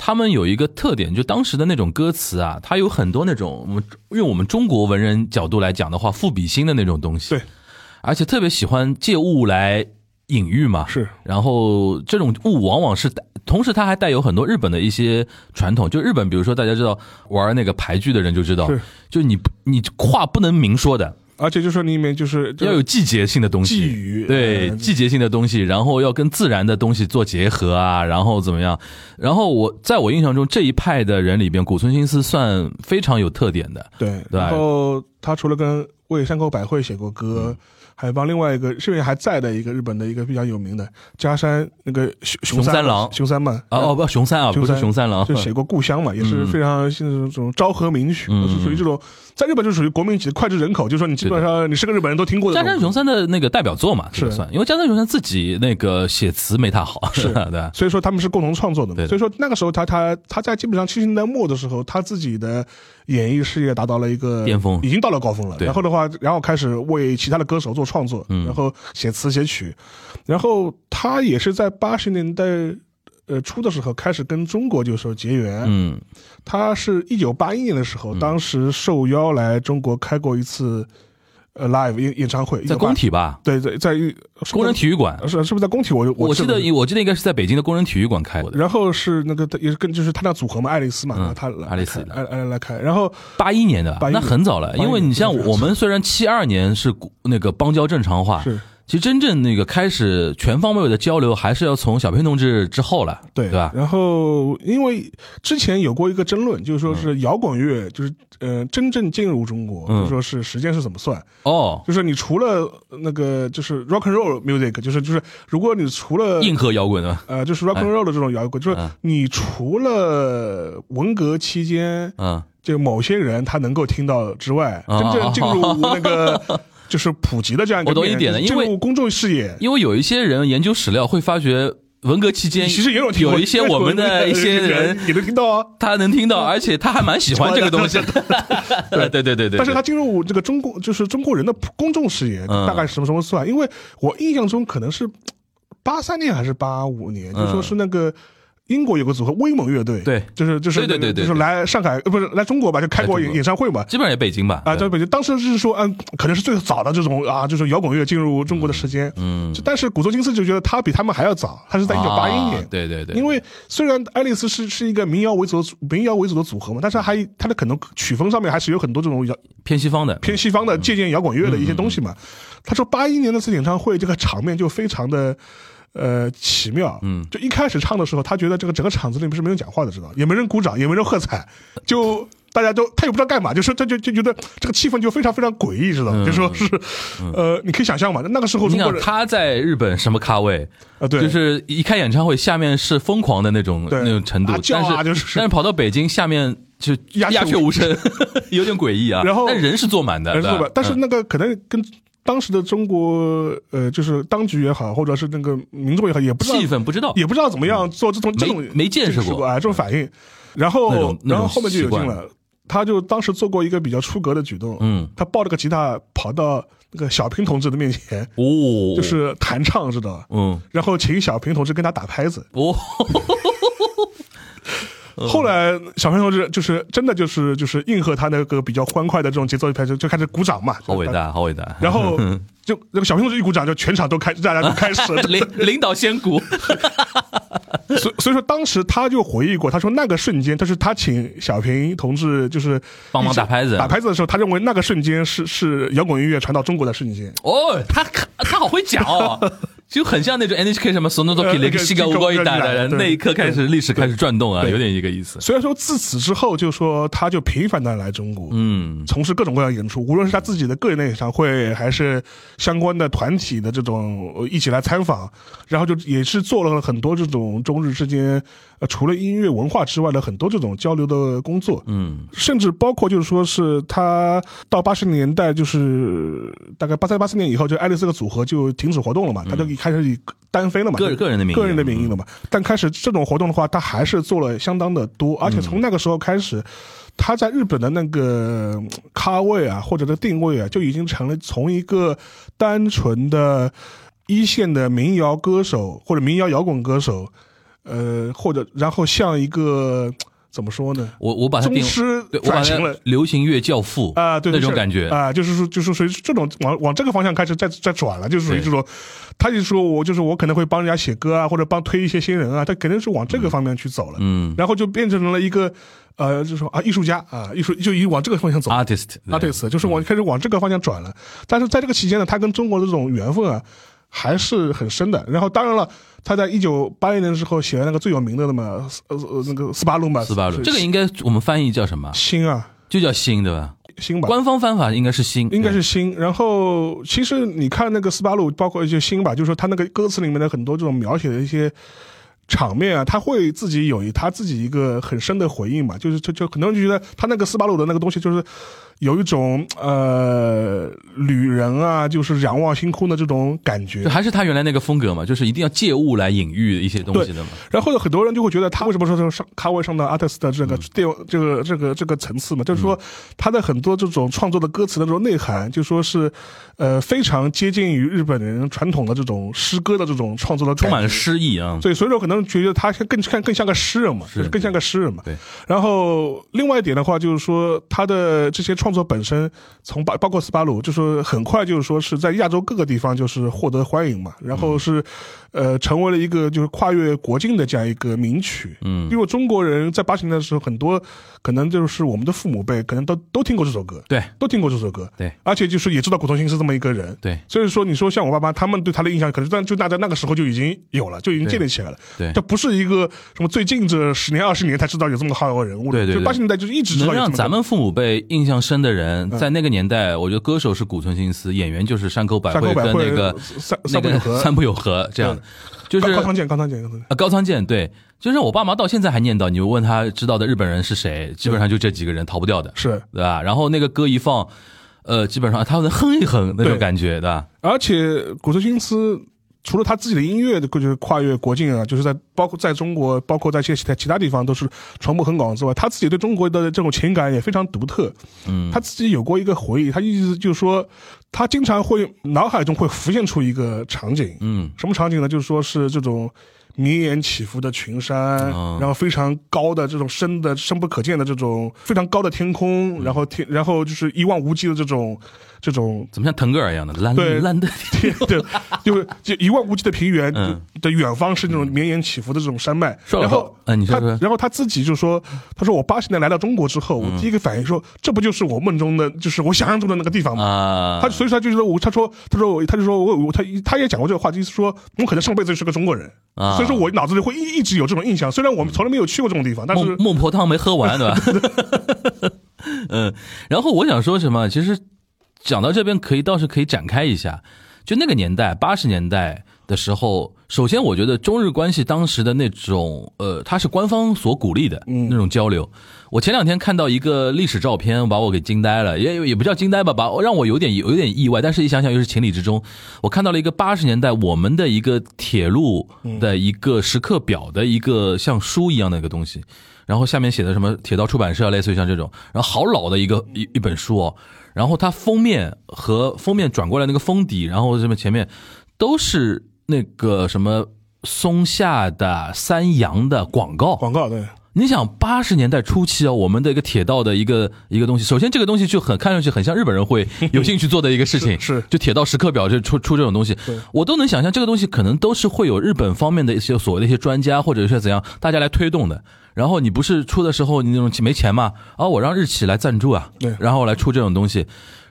Speaker 5: 他们有一个特点，就当时的那种歌词啊，它有很多那种我们用我们中国文人角度来讲的话，赋比兴的那种东西。
Speaker 4: 对，
Speaker 5: 而且特别喜欢借物来隐喻嘛。
Speaker 4: 是，
Speaker 5: 然后这种物往往是带，同时它还带有很多日本的一些传统。就日本，比如说大家知道玩那个牌局的人就知道
Speaker 4: 是，
Speaker 5: 就你你话不能明说的，
Speaker 4: 而且就说里面就是
Speaker 5: 要有季节性的东西，
Speaker 4: 寄语
Speaker 5: 对
Speaker 4: 嗯
Speaker 5: 季节性的东西，然后要跟自然的东西做结合啊，然后怎么样？然后我在我印象中这一派的人里边，古村新司算非常有特点的，
Speaker 4: 对，
Speaker 5: 对
Speaker 4: 然后他除了跟为山口百惠写过
Speaker 5: 嗯
Speaker 4: 歌，还帮另外一个现在还在的一个日本的一个比较有名的加山那个熊
Speaker 5: 熊三
Speaker 4: 三
Speaker 5: 郎
Speaker 4: 熊三嘛，
Speaker 5: 啊哦不熊三啊，
Speaker 4: 熊
Speaker 5: 不
Speaker 4: 三
Speaker 5: 是熊三郎，
Speaker 4: 就写过《故乡》嘛，也是非常像这种昭和名曲，
Speaker 5: 嗯
Speaker 4: 是属于这种在日本就属于国民级的脍炙人口，就是说你基本上你是个日本人都听过的
Speaker 5: 加
Speaker 4: 这
Speaker 5: 山
Speaker 4: 种。
Speaker 5: 雄三的那个代表作嘛，这个
Speaker 4: 是
Speaker 5: 算，因为加山雄三自己那个写词没他好，
Speaker 4: 是
Speaker 5: 对。
Speaker 4: 所以说他们是共同创作的
Speaker 5: 对
Speaker 4: 嘛，
Speaker 5: 的
Speaker 4: 所以说那个时候他他他在基本上七十年代末的时候，他自己的演艺事业达到了一个
Speaker 5: 巅峰
Speaker 4: 已经到了高峰了。
Speaker 5: 对
Speaker 4: 然后的话，然后开始为其他的歌手做创作，
Speaker 5: 嗯
Speaker 4: 然后写词写曲，然后他也是在八十年代呃初的时候开始跟中国就是说结缘，
Speaker 5: 嗯，
Speaker 4: 他是一九八一年的时候，当时受邀来中国开过一次呃 live 演演唱会，
Speaker 5: 在
Speaker 4: 1988
Speaker 5: 工体吧，
Speaker 4: 对对，在一
Speaker 5: 工人体育馆，
Speaker 4: 是是不是在工体？我
Speaker 5: 我记
Speaker 4: 这
Speaker 5: 得
Speaker 4: 个
Speaker 5: 我记得应该是在北京的工人体育馆开的，
Speaker 4: 然后是那个也是跟就是他那组合嘛，爱丽丝嘛，
Speaker 5: 嗯
Speaker 4: 然后他来
Speaker 5: 爱丽丝
Speaker 4: 来来来开，然后
Speaker 5: 八一年的，
Speaker 4: 81
Speaker 5: 那很早了，
Speaker 4: 81
Speaker 5: 因为你像
Speaker 4: 年
Speaker 5: 我们虽然七二年是古那个邦交正常化，
Speaker 4: 是
Speaker 5: 其实真正那个开始全方位的交流，还是要从小平同志之后了，
Speaker 4: 对
Speaker 5: 对吧？
Speaker 4: 然后因为之前有过一个争论，就是
Speaker 5: 嗯
Speaker 4: 说是摇滚乐就是呃真正进入中国，
Speaker 5: 嗯
Speaker 4: 就是说是时间是怎么算？
Speaker 5: 哦，
Speaker 4: 就是你除了那个就是 rock and roll music，就是就是如果你除了
Speaker 5: 硬核摇滚啊的，
Speaker 4: 呃，就是 rock and roll 的这种摇滚，就是
Speaker 5: 嗯
Speaker 4: 你除了文革期间，
Speaker 5: 嗯，
Speaker 4: 就某些人他能够听到之外，
Speaker 5: 哦
Speaker 4: 真正 进入那个就是普及的这样一个
Speaker 5: 我懂
Speaker 4: 面
Speaker 5: 一点了
Speaker 4: 就是
Speaker 5: 因为
Speaker 4: 进入公众视野，
Speaker 5: 因为有一些人研究史料会发觉，文革期间
Speaker 4: 其实也有听过
Speaker 5: 有一些我们 的一些人，
Speaker 4: 也能听到啊。
Speaker 5: 他能听到，而且他还蛮喜欢这个东 西的。 对对对对对，
Speaker 4: 但是他进入这个中国，就是中国人的普公众视野，
Speaker 5: 嗯
Speaker 4: 大概是什么时候算？因为我印象中可能是八三年还是八五年，就说是那个英国有个组合威猛乐队，
Speaker 5: 嗯对
Speaker 4: 就是就是
Speaker 5: 对对
Speaker 4: 那个
Speaker 5: 对对
Speaker 4: 就是来上海呃不是来中国吧，就开
Speaker 5: 来
Speaker 4: 过
Speaker 5: 中
Speaker 4: 演
Speaker 5: 国
Speaker 4: 演唱会嘛。
Speaker 5: 基本上也北京吧。
Speaker 4: 啊，在北京，当时是说，嗯，可能是最早的这种啊，就是摇滚乐进入中国的时间。
Speaker 5: 嗯
Speaker 4: 就，但是古卓金斯就觉得他比他们还要早，他是在一九八一年
Speaker 5: 啊。对对对，
Speaker 4: 因为虽然爱丽丝是是一个民谣为主的组民谣为主的组合嘛，但是还它的可能曲风上面还是有很多这种摇
Speaker 5: 偏西方的，
Speaker 4: 偏西方的借鉴摇滚乐的一些东西嘛。他说八一年那次演唱会，这个场面就非常的。呃，奇妙，嗯，就一开始唱的时候，他觉得这个整个场子里面是没人讲话的，知道，也没人鼓掌，也没人喝彩，就大家都他也不知道干嘛，就说他就就觉得这个气氛就非常非常诡异，知道，吗？就说是，呃，你可以想象嘛，那个时候
Speaker 5: 你
Speaker 4: 中国
Speaker 5: 想
Speaker 4: 人
Speaker 5: 他在日本什么咖位？
Speaker 4: 啊，对，
Speaker 5: 就是一开演唱会，下面是疯狂的那种
Speaker 4: 对
Speaker 5: 那种程度
Speaker 4: 啊，叫
Speaker 5: 但
Speaker 4: 啊
Speaker 5: 是
Speaker 4: 就是
Speaker 5: 但是跑到北京，下面就
Speaker 4: 鸦雀
Speaker 5: 鸦雀无声， 有点诡异啊。
Speaker 4: 然后
Speaker 5: 但人是坐满的，
Speaker 4: 人是
Speaker 5: 对吧
Speaker 4: 吧？但是
Speaker 5: 嗯
Speaker 4: 那个可能跟当时的中国，呃，就是当局也好，或者是那个民众也好，也不知道
Speaker 5: 气氛不知道
Speaker 4: 也不知道怎么样做这种这种
Speaker 5: 嗯没没见识
Speaker 4: 这种
Speaker 5: 过
Speaker 4: 啊，这种反应。
Speaker 5: 那
Speaker 4: 然后
Speaker 5: 种，那种
Speaker 4: 然后后面就有
Speaker 5: 习
Speaker 4: 劲
Speaker 5: 惯
Speaker 4: 了。他就当时做过一个比较出格的举动，
Speaker 5: 嗯，
Speaker 4: 他抱着个吉他跑到那个小平同志的面前，
Speaker 5: 哦，
Speaker 4: 就是弹唱，知道吧？
Speaker 5: 嗯
Speaker 4: 然后请小平同志跟他打拍子。
Speaker 5: 哦，嗯
Speaker 4: 后来小平同志就是真的就是就是应和他那个比较欢快的这种节奏一拍，就就开始鼓掌嘛，
Speaker 5: 好伟 大，嗯好伟大。
Speaker 4: 然后就那个小朋友就一鼓掌，就全场都开，大家都开始了。
Speaker 5: 领领导先鼓，
Speaker 4: 所以所以说，当时他就回忆过，他说那个瞬间，就是他请小平同志就是
Speaker 5: 帮忙
Speaker 4: 一起
Speaker 5: 打拍子
Speaker 4: 打拍子的时候，他认为那个瞬间是是摇滚音乐传到中国的瞬间。
Speaker 5: 哦，他他好会讲哦，就很像那种 NHK 什么 s o n o t o
Speaker 4: 呃
Speaker 5: k
Speaker 4: 那
Speaker 5: l
Speaker 4: 个
Speaker 5: e 西嘎乌高一打的
Speaker 4: 对
Speaker 5: 那一刻开始，历史开始转动啊，
Speaker 4: 对
Speaker 5: 有点一个意思。
Speaker 4: 虽然说自此之后，就说他就频繁的来中国，
Speaker 5: 嗯，
Speaker 4: 从事各种各样的演出，无论是他自己的个人的演唱会，还是相关的团体的这种呃一起来参访，然后就也是做了很多这种中日之间，呃，除了音乐文化之外的很多这种交流的工作，
Speaker 5: 嗯，
Speaker 4: 甚至包括就是说是他到八十年代，就是大概八三八四年以后，就爱丽丝的组合就停止活动了嘛，他就开始以单飞了嘛，
Speaker 5: 嗯个个人的名义啊
Speaker 4: 个人的名义了嘛。但开始这种活动的话，他还是做了相当的多，而且
Speaker 5: 嗯
Speaker 4: 从那个时候开始，他在日本的那个嗯咖位啊，或者的定位啊，就已经成了从一个单纯的一线的民谣歌手或者民谣摇滚歌手，呃，或者然后像一个怎么说呢？
Speaker 5: 我我把它
Speaker 4: 宗
Speaker 5: 啊定，
Speaker 4: 师
Speaker 5: 对我把
Speaker 4: 转
Speaker 5: 它
Speaker 4: 型了
Speaker 5: 流行乐教父
Speaker 4: 啊，对
Speaker 5: 那种
Speaker 4: 是
Speaker 5: 感觉。
Speaker 4: 啊，就是说，就是属于这种往往这个方向开始再再转了，就是属于这种，他就说我就是我可能会帮人家写歌啊，或者帮推一些新人啊，他肯定是往这个方面去走了，
Speaker 5: 嗯
Speaker 4: 然后就变成了一个呃，就是说啊，艺术家啊，艺术就以往这个方向走。
Speaker 5: ，artist
Speaker 4: 啊，对
Speaker 5: 对嗯
Speaker 4: 此就是往开始往这个方向转了，但是在这个期间呢，他跟中国的这种缘分啊，还是很深的。然后当然了，他在一九八零年的时候写了那个最有名的那么呃呃那个斯巴鲁嘛，
Speaker 5: 斯巴鲁，这个应该我们翻译叫什么？
Speaker 4: 新啊
Speaker 5: 就叫新对吧？
Speaker 4: 新吧，
Speaker 5: 官方翻法应该是新，
Speaker 4: 应
Speaker 5: 嗯
Speaker 4: 该
Speaker 5: 对
Speaker 4: 是新。然后其实你看那个斯巴鲁，包括一些新吧，就是说他那个歌词里面的很多这种描写的一些场面啊，他会自己有一他自己一个很深的回应嘛，就是就就很多人就觉得他那个斯巴鲁的那个东西就是。有一种呃，旅人啊，就是仰望星空的这种感觉
Speaker 5: 就。还是他原来那个风格嘛，就是一定要借物来隐喻一些东西的嘛。
Speaker 4: 然后呢，很多人就会觉得他为什么说是上咖位上的 artist 的
Speaker 5: 嗯
Speaker 4: 这个这个这个这个这个层次嘛，就是说他的很多这种创作的歌词的这种内涵，就说是呃非常接近于日本人传统的这种诗歌的这种创作的
Speaker 5: 充
Speaker 4: 充
Speaker 5: 满了诗意啊。
Speaker 4: 所以，所以说可能觉得他更更更像个诗人嘛，
Speaker 5: 是
Speaker 4: 就是更像个诗人嘛。
Speaker 5: 对。
Speaker 4: 然后另外一点的话，就是说他的这些创作本身，从包包括斯巴鲁，就是说很快就是说是在亚洲各个地方就是获得欢迎嘛，然后是、
Speaker 5: 嗯
Speaker 4: 呃成为了一个就是跨越国境的这样一个名曲。
Speaker 5: 嗯
Speaker 4: 因为中国人在八十年代的时候，很多可能就是我们的父母辈，可能都都听过这首歌，
Speaker 5: 对
Speaker 4: 都听过这首歌，
Speaker 5: 对，
Speaker 4: 而且就是也知道古潼新是这么一个人，
Speaker 5: 对
Speaker 4: 所以说，你说像我爸妈，他们对他的印象，可能但就那在那个时候就已经有了，就已经建立起来了。
Speaker 5: 对
Speaker 4: 这不是一个什么最近这十年二十年才知道有这么个好摇人物的，
Speaker 5: 对对对
Speaker 4: 就八十年代就一直知
Speaker 5: 能
Speaker 4: 道有
Speaker 5: 让
Speaker 4: 这么个
Speaker 5: 咱们父母辈印象深的人，
Speaker 4: 嗯
Speaker 5: 在那个年代，我觉得歌手是古村新司，演员就是山口百
Speaker 4: 山口
Speaker 5: 惠
Speaker 4: 百
Speaker 5: 跟
Speaker 4: 惠
Speaker 5: 那个
Speaker 4: 三
Speaker 5: 那
Speaker 4: 三浦友
Speaker 5: 个
Speaker 4: 和
Speaker 5: 三浦友和这样的，就是
Speaker 4: 高高呃仓健，高仓健，高仓健。
Speaker 5: 啊，高仓健对，就是我爸妈到现在还念叨，你问他知道的日本人是谁，基本上就这几个人逃不掉的，
Speaker 4: 是
Speaker 5: 对吧？然后那个歌一放，呃，基本上他能哼一哼那种
Speaker 4: 对
Speaker 5: 感觉，对吧？
Speaker 4: 而且古村新司除了他自己的音乐的，就是跨越国境啊，就是在包括在中国，包括在一些其他其他地方都是传播很广之外，他自己对中国的这种情感也非常独特。
Speaker 5: 嗯
Speaker 4: 他自己有过一个回忆，他一直就是说，他经常会脑海中会浮现出一个场景，
Speaker 5: 嗯，
Speaker 4: 什么场景呢？就是说是这种绵延起伏的群山，
Speaker 5: 哦
Speaker 4: 然后非常高的这种深的深不可见的这种非常高的天
Speaker 5: 嗯
Speaker 4: 空，然后天然后就是一望无际的这种这种
Speaker 5: 怎么像腾格尔一样的烂
Speaker 4: 对
Speaker 5: 烂的？
Speaker 4: 天， 对，就是就一望无际的平原
Speaker 5: 嗯
Speaker 4: 的远方是那种绵延起伏的这种山脉。
Speaker 5: 说
Speaker 4: 然后
Speaker 5: 说，嗯你说
Speaker 4: 他
Speaker 5: 说嗯
Speaker 4: 然后他自己就说，他说我八十年来到中国之后，我第一个反应说，这不就是我梦中的，就是我想象中的那个地方吗？
Speaker 5: 啊，
Speaker 4: 他所以说他就觉得我，他说他说我他就说我我他他也讲过这个话，就是说我可能上辈子就是个中国人，
Speaker 5: 啊嗯
Speaker 4: 所以说我脑子里会一一直有这种印象。虽然我们从来没有去过这种地方，但是
Speaker 5: 孟孟婆汤没喝完，对吧？ 嗯，然后我想说什么？其实讲到这边可以倒是可以展开一下，就那个年代八十年代的时候，首先我觉得中日关系当时的那种呃，它是官方所鼓励的那种交流。我前两天看到一个历史照片，把我给惊呆了，也也不叫惊呆吧，把让我有点有点意外，但是一想想又是情理之中。我看到了一个八十年代我们的一个铁路的一个时刻表的一个像书一样的一个东西，然后下面写的什么铁道出版社，类似于像这种，然后好老的一个一一本书哦，然后它封面和封面转过来那个封底，然后这么前面都是那个什么松下的、三洋的广告，
Speaker 4: 广告对，
Speaker 5: 你想八十年代初期啊，我们的一个铁道的一个一个东西，首先这个东西就很看上去很像日本人 会有兴趣做的一个事情，
Speaker 4: 是是
Speaker 5: 就铁道时刻表就出出这种东西，我都能想象这个东西可能都是会有日本方面的一些所谓的一些专家或者是怎样大家来推动的。然后你不是出的时候你那种没钱嘛，啊，我让日企来赞助啊，
Speaker 4: 对
Speaker 5: 然后来出这种东西，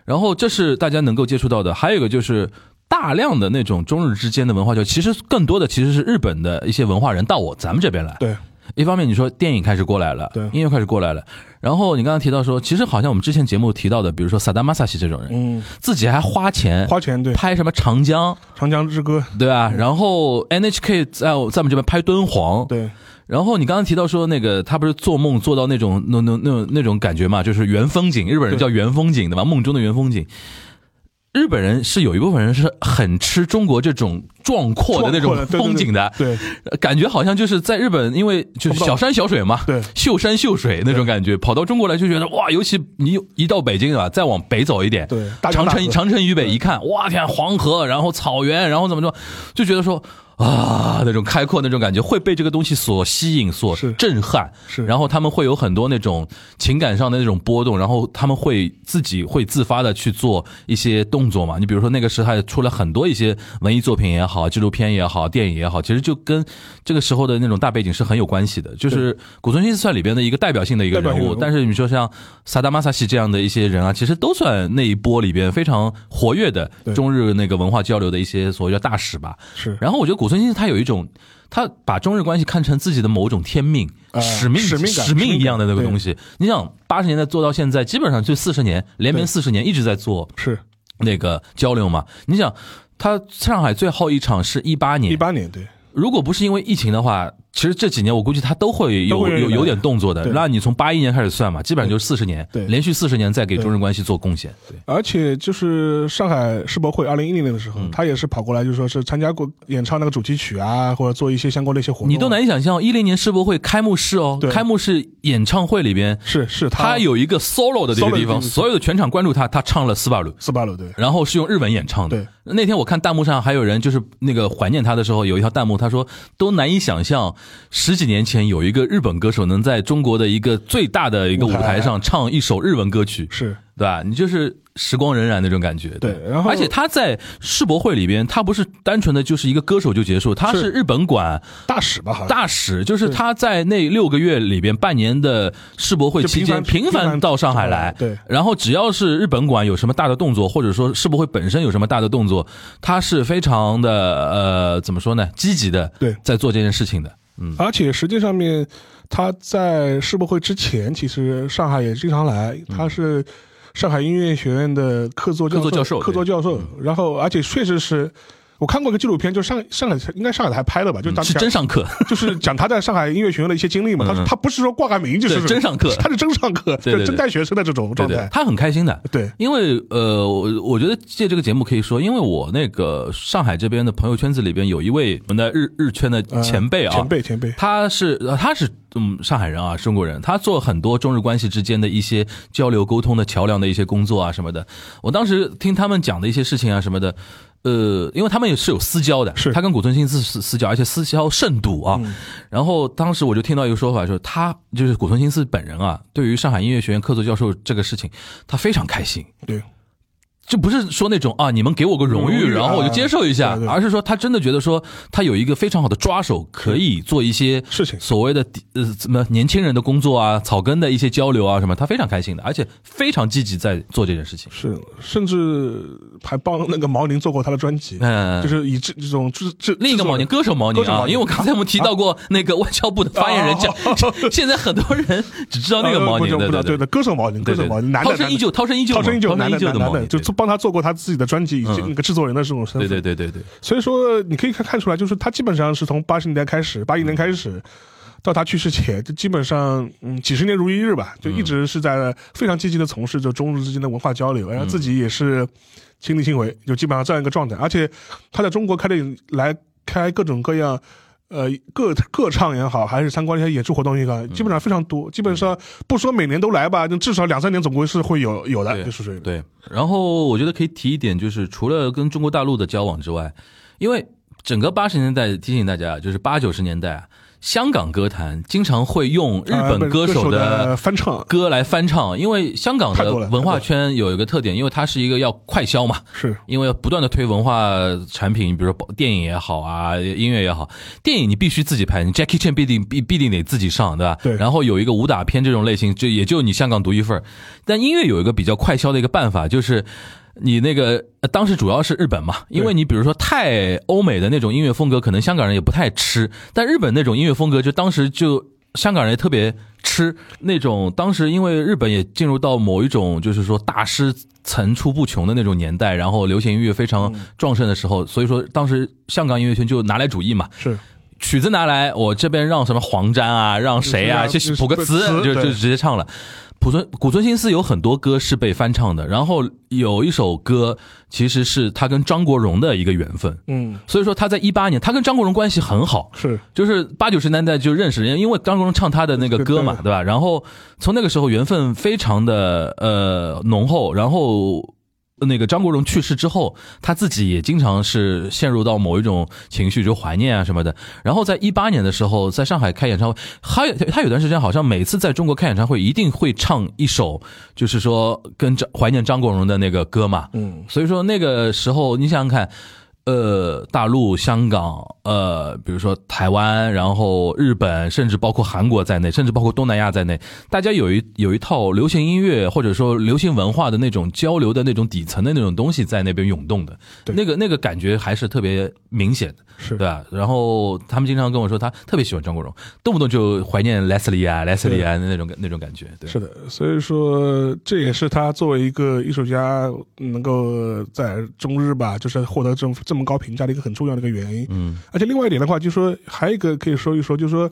Speaker 5: 然后这是大家能够接触到的。还有一个就是大量的那种中日之间的文化交流，其实更多的其实是日本的一些文化人到我咱们这边来。
Speaker 4: 对，
Speaker 5: 一方面你说电影开始过来了，
Speaker 4: 对
Speaker 5: 音乐开始过来了，然后你刚刚提到说，其实好像我们之前节目提到的，比如说萨达马萨西这种人，
Speaker 4: 嗯，
Speaker 5: 自己还花钱
Speaker 4: 花钱对《
Speaker 5: 拍什么长江，
Speaker 4: 长江之歌》
Speaker 5: 对吧？然后 NHK 在我在我们这边拍敦煌，
Speaker 4: 对，
Speaker 5: 然后你刚刚提到说那个他不是做梦做到那种那那那那种感觉嘛，就是原风景，日本人
Speaker 4: 对
Speaker 5: 叫原风景对吧？梦中的原风景。日本人是有一部分人是很吃中国这种壮阔的那种
Speaker 4: 壮阔的对对
Speaker 5: 风景的，
Speaker 4: 对
Speaker 5: 感觉好像就是在日本，因为就是小山小水嘛，
Speaker 4: 对
Speaker 5: 秀山秀水那种感觉，跑到中国来就觉得哇，尤其你一到北京啊，再往北走一点，
Speaker 4: 对大江
Speaker 5: 长
Speaker 4: 大
Speaker 5: 城
Speaker 4: 河
Speaker 5: 长城以北一看，哇天，黄河，然后草原，然后怎么说，就觉得说啊，那种开阔那种感觉会被这个东西所吸引、所
Speaker 4: 是
Speaker 5: 震撼，
Speaker 4: 是
Speaker 5: 然后他们会有很多那种情感上的那种波动，然后他们会自己会自发的去做一些动作嘛。你比如说那个时代出了很多一些文艺作品也好，纪录片也好，电影也好，其实就跟这个时候的那种大背景是很有关系的。就是古村新司算里边的一个代表性的一个
Speaker 4: 代表
Speaker 5: 人
Speaker 4: 性
Speaker 5: 物，
Speaker 4: 人物
Speaker 5: 但是你说像萨达马萨西这样的一些人啊，其实都算那一波里边非常活跃的
Speaker 4: 对
Speaker 5: 中日那个文化交流的一些所谓叫大使吧。
Speaker 4: 是
Speaker 5: 然后我觉得古村新司他有一种，他把中日关系看成自己的某种天命、
Speaker 4: 呃
Speaker 5: 使命、
Speaker 4: 使命感
Speaker 5: 一样的那个
Speaker 4: 对
Speaker 5: 东西。你想，八十年代做到现在，基本上就四十年，连绵
Speaker 4: 对
Speaker 5: 四十年一直在做
Speaker 4: 是
Speaker 5: 那个交流嘛。你想，他上海最后一场是一八年，
Speaker 4: 一八年对，
Speaker 5: 如果不是因为疫情的话，其实这几年我估计他都会
Speaker 4: 都
Speaker 5: 有
Speaker 4: 会有
Speaker 5: 有
Speaker 4: 点
Speaker 5: 有点动作的。
Speaker 4: 对
Speaker 5: 那你从八一年开始算嘛，基本上就是四十年，
Speaker 4: 对
Speaker 5: 连续四十年在给中日关系做贡献。对，
Speaker 4: 而且就是上海世博会二零一零年的时候，
Speaker 5: 嗯
Speaker 4: 他也是跑过来，就说是参加过演唱那个主题曲啊，或者做一些相关的一些活动啊。
Speaker 5: 你都难以想象，一零年世博会开幕式哦，
Speaker 4: 对
Speaker 5: 开幕式演唱会里边，
Speaker 4: 是是
Speaker 5: 他有一个 solo 的这个地
Speaker 4: solo 的地
Speaker 5: 方，
Speaker 4: 方
Speaker 5: 所有的全场关注他，他唱了斯巴鲁。
Speaker 4: 斯巴鲁对
Speaker 5: 然后是用日文演唱的
Speaker 4: 对。
Speaker 5: 那天我看弹幕上还有人就是那个怀念他的时候，有一条弹幕他说都难以想象十几年前有一个日本歌手能在中国的一个最大的一个舞
Speaker 4: 舞台
Speaker 5: 台上唱一首日文歌曲，
Speaker 4: 是
Speaker 5: 对吧？你就是时光荏苒那种感觉。
Speaker 4: 对然后
Speaker 5: 而且他在世博会里边，他不是单纯的就是一个歌手就结束，他
Speaker 4: 是
Speaker 5: 是日本馆
Speaker 4: 大使吧？好像
Speaker 5: 大使，就是他在那六个月里边，半年的世博会期间，
Speaker 4: 就频繁
Speaker 5: 频
Speaker 4: 频
Speaker 5: 繁
Speaker 4: 繁
Speaker 5: 到上海来。
Speaker 4: 对
Speaker 5: 然后只要是日本馆有什么大的动作，或者说世博会本身有什么大的动作，他是非常的呃，怎么说呢？积极的，
Speaker 4: 对
Speaker 5: 在做这件事情的。
Speaker 4: 嗯而且实际上面，他在世博会之前，其实上海也经常来，他是上海音乐学院的客座
Speaker 5: 嗯客座教授嗯
Speaker 4: 客座教授。然后，而且确实是我看过一个纪录片，就上上海应该上海台拍的吧，就当
Speaker 5: 嗯是真
Speaker 4: 讲
Speaker 5: 上课，
Speaker 4: 就是讲他在上海音乐学院的一些经历嘛。
Speaker 5: 嗯
Speaker 4: 他他不是说挂个名就是
Speaker 5: 对真上课
Speaker 4: 他是真上课，
Speaker 5: 对对对
Speaker 4: 就真带学生的这种
Speaker 5: 对
Speaker 4: 状
Speaker 5: 对
Speaker 4: 态，。
Speaker 5: 他很开心的。
Speaker 4: 对
Speaker 5: 因为呃，我我觉得借这个节目可以说，因为我那个上海这边的朋友圈子里边有一位我们的日日圈的
Speaker 4: 呃
Speaker 5: 前辈啊，
Speaker 4: 前辈前辈，
Speaker 5: 他是呃他是嗯上海人啊，中国人，他做很多中日关系之间的一些交流沟通的桥梁的一些工作啊什么的。我当时听他们讲的一些事情啊什么的，呃，因为他们也是有私交的，
Speaker 4: 是
Speaker 5: 他跟古村新司私私交，而且私交甚笃啊。然后当时我就听到一个说法，说他就是古村新司本人啊，对于上海音乐学院客座教授这个事情，他非常开心。
Speaker 4: 对
Speaker 5: 就不是说那种啊，你们给我个荣
Speaker 4: 荣
Speaker 5: 誉，
Speaker 4: 誉
Speaker 5: 然后我就
Speaker 4: 啊
Speaker 5: 接受一下，
Speaker 4: 对对
Speaker 5: 而是说他真的觉得说他有一个非常好的抓手，可以做一些
Speaker 4: 事情
Speaker 5: 所谓的呃怎么年轻人的工作啊，草根的一些交流啊什么，他非常开心的，而且非常积极在做这件事情。
Speaker 4: 是，甚至还帮那个毛宁做过他的专辑，
Speaker 5: 嗯
Speaker 4: 就是以这这种制制
Speaker 5: 另一个毛宁，歌手毛宁
Speaker 4: 歌手
Speaker 5: 啊
Speaker 4: 毛，宁
Speaker 5: 因为我刚才我们提到过那个外交部的发言人讲，现在很多人只知道那个毛宁，对
Speaker 4: 呃不知道不知道
Speaker 5: 对
Speaker 4: 对。歌手毛宁，
Speaker 5: 对
Speaker 4: 歌
Speaker 5: 对
Speaker 4: 手毛宁，男的
Speaker 5: 涛声依旧，涛声依旧嘛，
Speaker 4: 涛声依旧，男的
Speaker 5: 的
Speaker 4: 男
Speaker 5: 毛
Speaker 4: 的，
Speaker 5: 宁，
Speaker 4: 就
Speaker 5: 对
Speaker 4: 做帮他做过他自己的专辑，以及
Speaker 5: 嗯
Speaker 4: 那个制作人的这种身
Speaker 5: 对
Speaker 4: 份。
Speaker 5: 对对对对，
Speaker 4: 所以说，你可以看看出来，就是他基本上是从八十年代开始，八一
Speaker 5: 嗯
Speaker 4: 年开始。到他去世前，就基本上嗯几十年如一日吧，
Speaker 5: 嗯
Speaker 4: 就一直是在非常积极的从事着中日之间的文化交流，然后
Speaker 5: 嗯
Speaker 4: 哎自己也是亲力亲为，就基本上这样一个状态。而且他在中国开的来开各种各样，呃，各各唱也好，还是参观一些演出活动也
Speaker 5: 嗯
Speaker 4: 好，基本上非常多。基本上不说每年都来吧，就至少两三年总归是会有有的，
Speaker 5: 对
Speaker 4: 就是这
Speaker 5: 对，然后我觉得可以提一点，就是除了跟中国大陆的交往之外，因为整个八十年代提醒大家，啊就是八九十年代啊，香港歌坛经常会用日
Speaker 4: 呃
Speaker 5: 本
Speaker 4: 歌
Speaker 5: 手
Speaker 4: 的
Speaker 5: 的。
Speaker 4: 翻唱
Speaker 5: 歌来翻唱，因为香港
Speaker 4: 太
Speaker 5: 的
Speaker 4: 多了太
Speaker 5: 文化
Speaker 4: 多了
Speaker 5: 圈有一个特点，因为它是一个要快消嘛，
Speaker 4: 是
Speaker 5: 因为要不断的推文化产品，比如说电影也好啊，音乐也好，电影你必须自己拍，你 Jackie Chan 必定必必定得自己上，对吧？
Speaker 4: 对
Speaker 5: 然后有一个武打片这种类型，就也就你香港独一份儿但音乐有一个比较快消的一个办法，就是。你那个呃当时主要是日本嘛，因为
Speaker 4: 对
Speaker 5: 你比如说太欧美的那种音乐风格，可能香港人也不太吃，但日本那种音乐风格，就当时就香港人也特别吃那种。当时因为日本也进入到某一种就是说大师层出不穷的那种年代，然后流行音乐非常
Speaker 4: 嗯
Speaker 5: 壮盛的时候，所以说当时香港音乐圈就拿来主义嘛，
Speaker 4: 是
Speaker 5: 曲子拿来，我这边让什么黄沾啊，让谁啊，
Speaker 4: 就
Speaker 5: 就是
Speaker 4: 啊
Speaker 5: 是谱个词
Speaker 4: 就是，
Speaker 5: 就就
Speaker 4: 对
Speaker 5: 就直接唱了。濮存濮存新司有很多歌是被翻唱的，然后有一首歌其实是他跟张国荣的一个缘分，
Speaker 4: 嗯
Speaker 5: 所以说他在一八年，他跟张国荣关系很好，
Speaker 4: 是
Speaker 5: 就是八九十年代就认识人家，因为张国荣唱他的那个歌嘛
Speaker 4: 对，
Speaker 5: 对吧？然后从那个时候缘分非常的呃浓厚，然后。那个张国荣去世之后，他自己也经常是陷入到某一种情绪，就怀念啊什么的。然后在一八年的时候，在上海开演唱会，他有他有段时间好像每次在中国开演唱会一定会唱一首，就是说跟张怀念张国荣的那个歌嘛。
Speaker 4: 嗯
Speaker 5: 所以说那个时候，你想想看，呃，大陆、香港，呃，比如说台湾，然后日本，甚至包括韩国在内，甚至包括东南亚在内，大家有一有一套流行音乐或者说流行文化的那种交流的那种底层的那种东西在那边涌动的，
Speaker 4: 对
Speaker 5: 那个那个感觉还是特别明显的。
Speaker 4: 是
Speaker 5: 对吧？然后他们经常跟我说，他特别喜欢张国荣，动不动就怀念 Leslie 啊、Leslie 啊那种那种感觉。对，
Speaker 4: 是的，所以说这也是他作为一个艺术家能够在中日吧，就是获得这么这么高评价的一个很重要的一个原因。
Speaker 5: 嗯，
Speaker 4: 而且另外一点的话，就说还有一个可以说一说，就是说，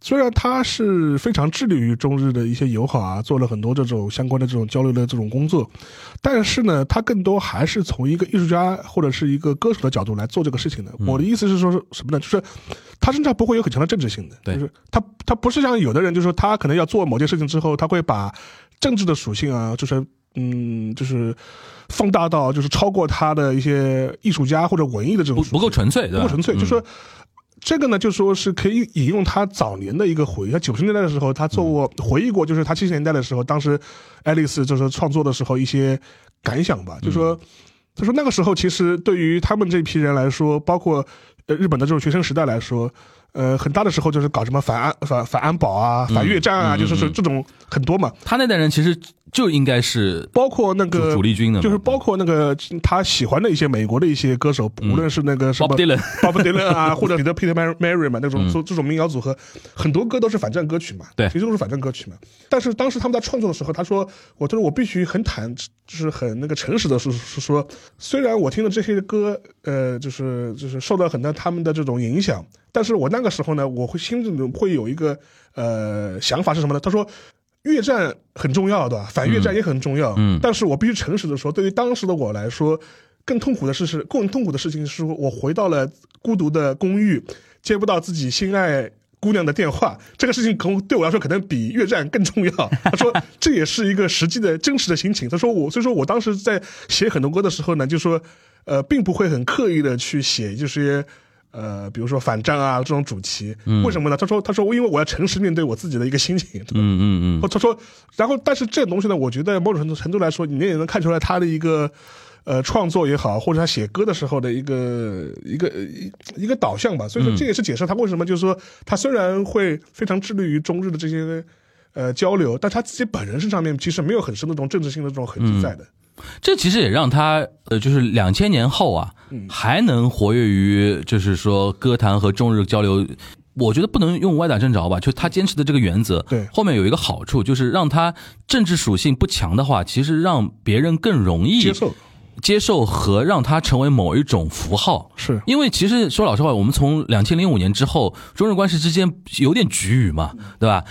Speaker 4: 虽然他是非常致力于中日的一些友好啊，做了很多这种相关的这种交流的这种工作，但是呢，他更多还是从一个艺术家或者是一个歌手的角度来做这个事情的。
Speaker 5: 嗯
Speaker 4: 我的意思是说是什么呢？就是他身上不会有很强的政治性的，
Speaker 5: 对
Speaker 4: 就是他他不是像有的人，就是说他可能要做某件事情之后，他会把政治的属性啊，就是嗯，就是。放大到就是超过他的一些艺术家或者文艺的这种
Speaker 5: 不
Speaker 4: 属
Speaker 5: 不够
Speaker 4: 性
Speaker 5: 纯粹，对吧？
Speaker 4: 嗯不纯粹，就
Speaker 5: 嗯
Speaker 4: 说这个呢，就说是可以引用他早年的一个回忆，他九十年代的时候，他做过
Speaker 5: 嗯
Speaker 4: 回忆过，就是他七十年代的时候，当时爱丽丝就是创作的时候一些感想
Speaker 5: 嗯
Speaker 4: 吧，就说他说那个时候其实对于他们这批人来说，包括呃日本的这种学生时代来说。呃，很大的时候就是搞什么反安反反安保啊、反越战啊，
Speaker 5: 嗯嗯
Speaker 4: 就是说
Speaker 5: 嗯
Speaker 4: 这种很多嘛，
Speaker 5: 他那代人其实就应该是
Speaker 4: 包括那
Speaker 5: 主
Speaker 4: 个
Speaker 5: 主力军的嘛，
Speaker 4: 就是包括那个他喜欢的一些美国的一些歌手，无论是那个什
Speaker 5: 嗯 Bob
Speaker 4: 么
Speaker 5: Dylan，
Speaker 4: 鲍勃迪伦 啊，或者彼得 Peter Mar- Mary 嘛，那种
Speaker 5: 嗯
Speaker 4: 这这种民谣组合，很多歌都是反战歌曲嘛，
Speaker 5: 对
Speaker 4: 其实都是反战歌曲嘛。但是当时他们在创作的时候，他说，我就是我必须很坦，就是很那个诚实的是是说，虽然我听了这些歌，呃，就是就是受到很大他们的这种影响，但是我那个时候呢，我会心里会有一个呃想法是什么呢？他说。越战很重要，对吧？反越战也很重要。
Speaker 5: 嗯
Speaker 4: 但是我必须诚实的说，对于当时的我来说，更痛苦的事是，更痛苦的事情是我回到了孤独的公寓，接不到自己心爱姑娘的电话。 这个事情可能对我来说，可能比越战更重要。 他说，这也是一个实际的、真实的心情。他说我，所以说我当时在写很多歌的时候呢，就说，呃，并不会很刻意的去写，就是。呃，比如说反战啊这种主题，
Speaker 5: 嗯
Speaker 4: 为什么呢？他说，他说，因为我要诚实面对我自己的一个心情，对吧？
Speaker 5: 嗯嗯嗯，
Speaker 4: 他说，然后但是这种东西呢，我觉得某种程度程度来说，你也能看出来他的一个。呃，创作也好，或者他写歌的时候的一个一个一一个导向吧，所以
Speaker 5: 嗯
Speaker 4: 说这也是解释他为什么就是说他虽然会非常致力于中日的这些呃交流，但他自己本人身上面其实没有很深的这种政治性的这种痕
Speaker 5: 嗯
Speaker 4: 迹在的。
Speaker 5: 这其实也让他呃，就是两千年后啊，
Speaker 4: 嗯
Speaker 5: 还能活跃于就是说歌坛和中日交流。我觉得不能用歪打正着吧，就他坚持的这个原则，
Speaker 4: 对
Speaker 5: 后面有一个好处，就是让他政治属性不强的话，其实让别人更容易
Speaker 4: 接受
Speaker 5: 接受和让他成为某一种符号。
Speaker 4: 是
Speaker 5: 因为其实说老实话，我们从两千零五年之后，中日关系之间有点局域嘛，对吧？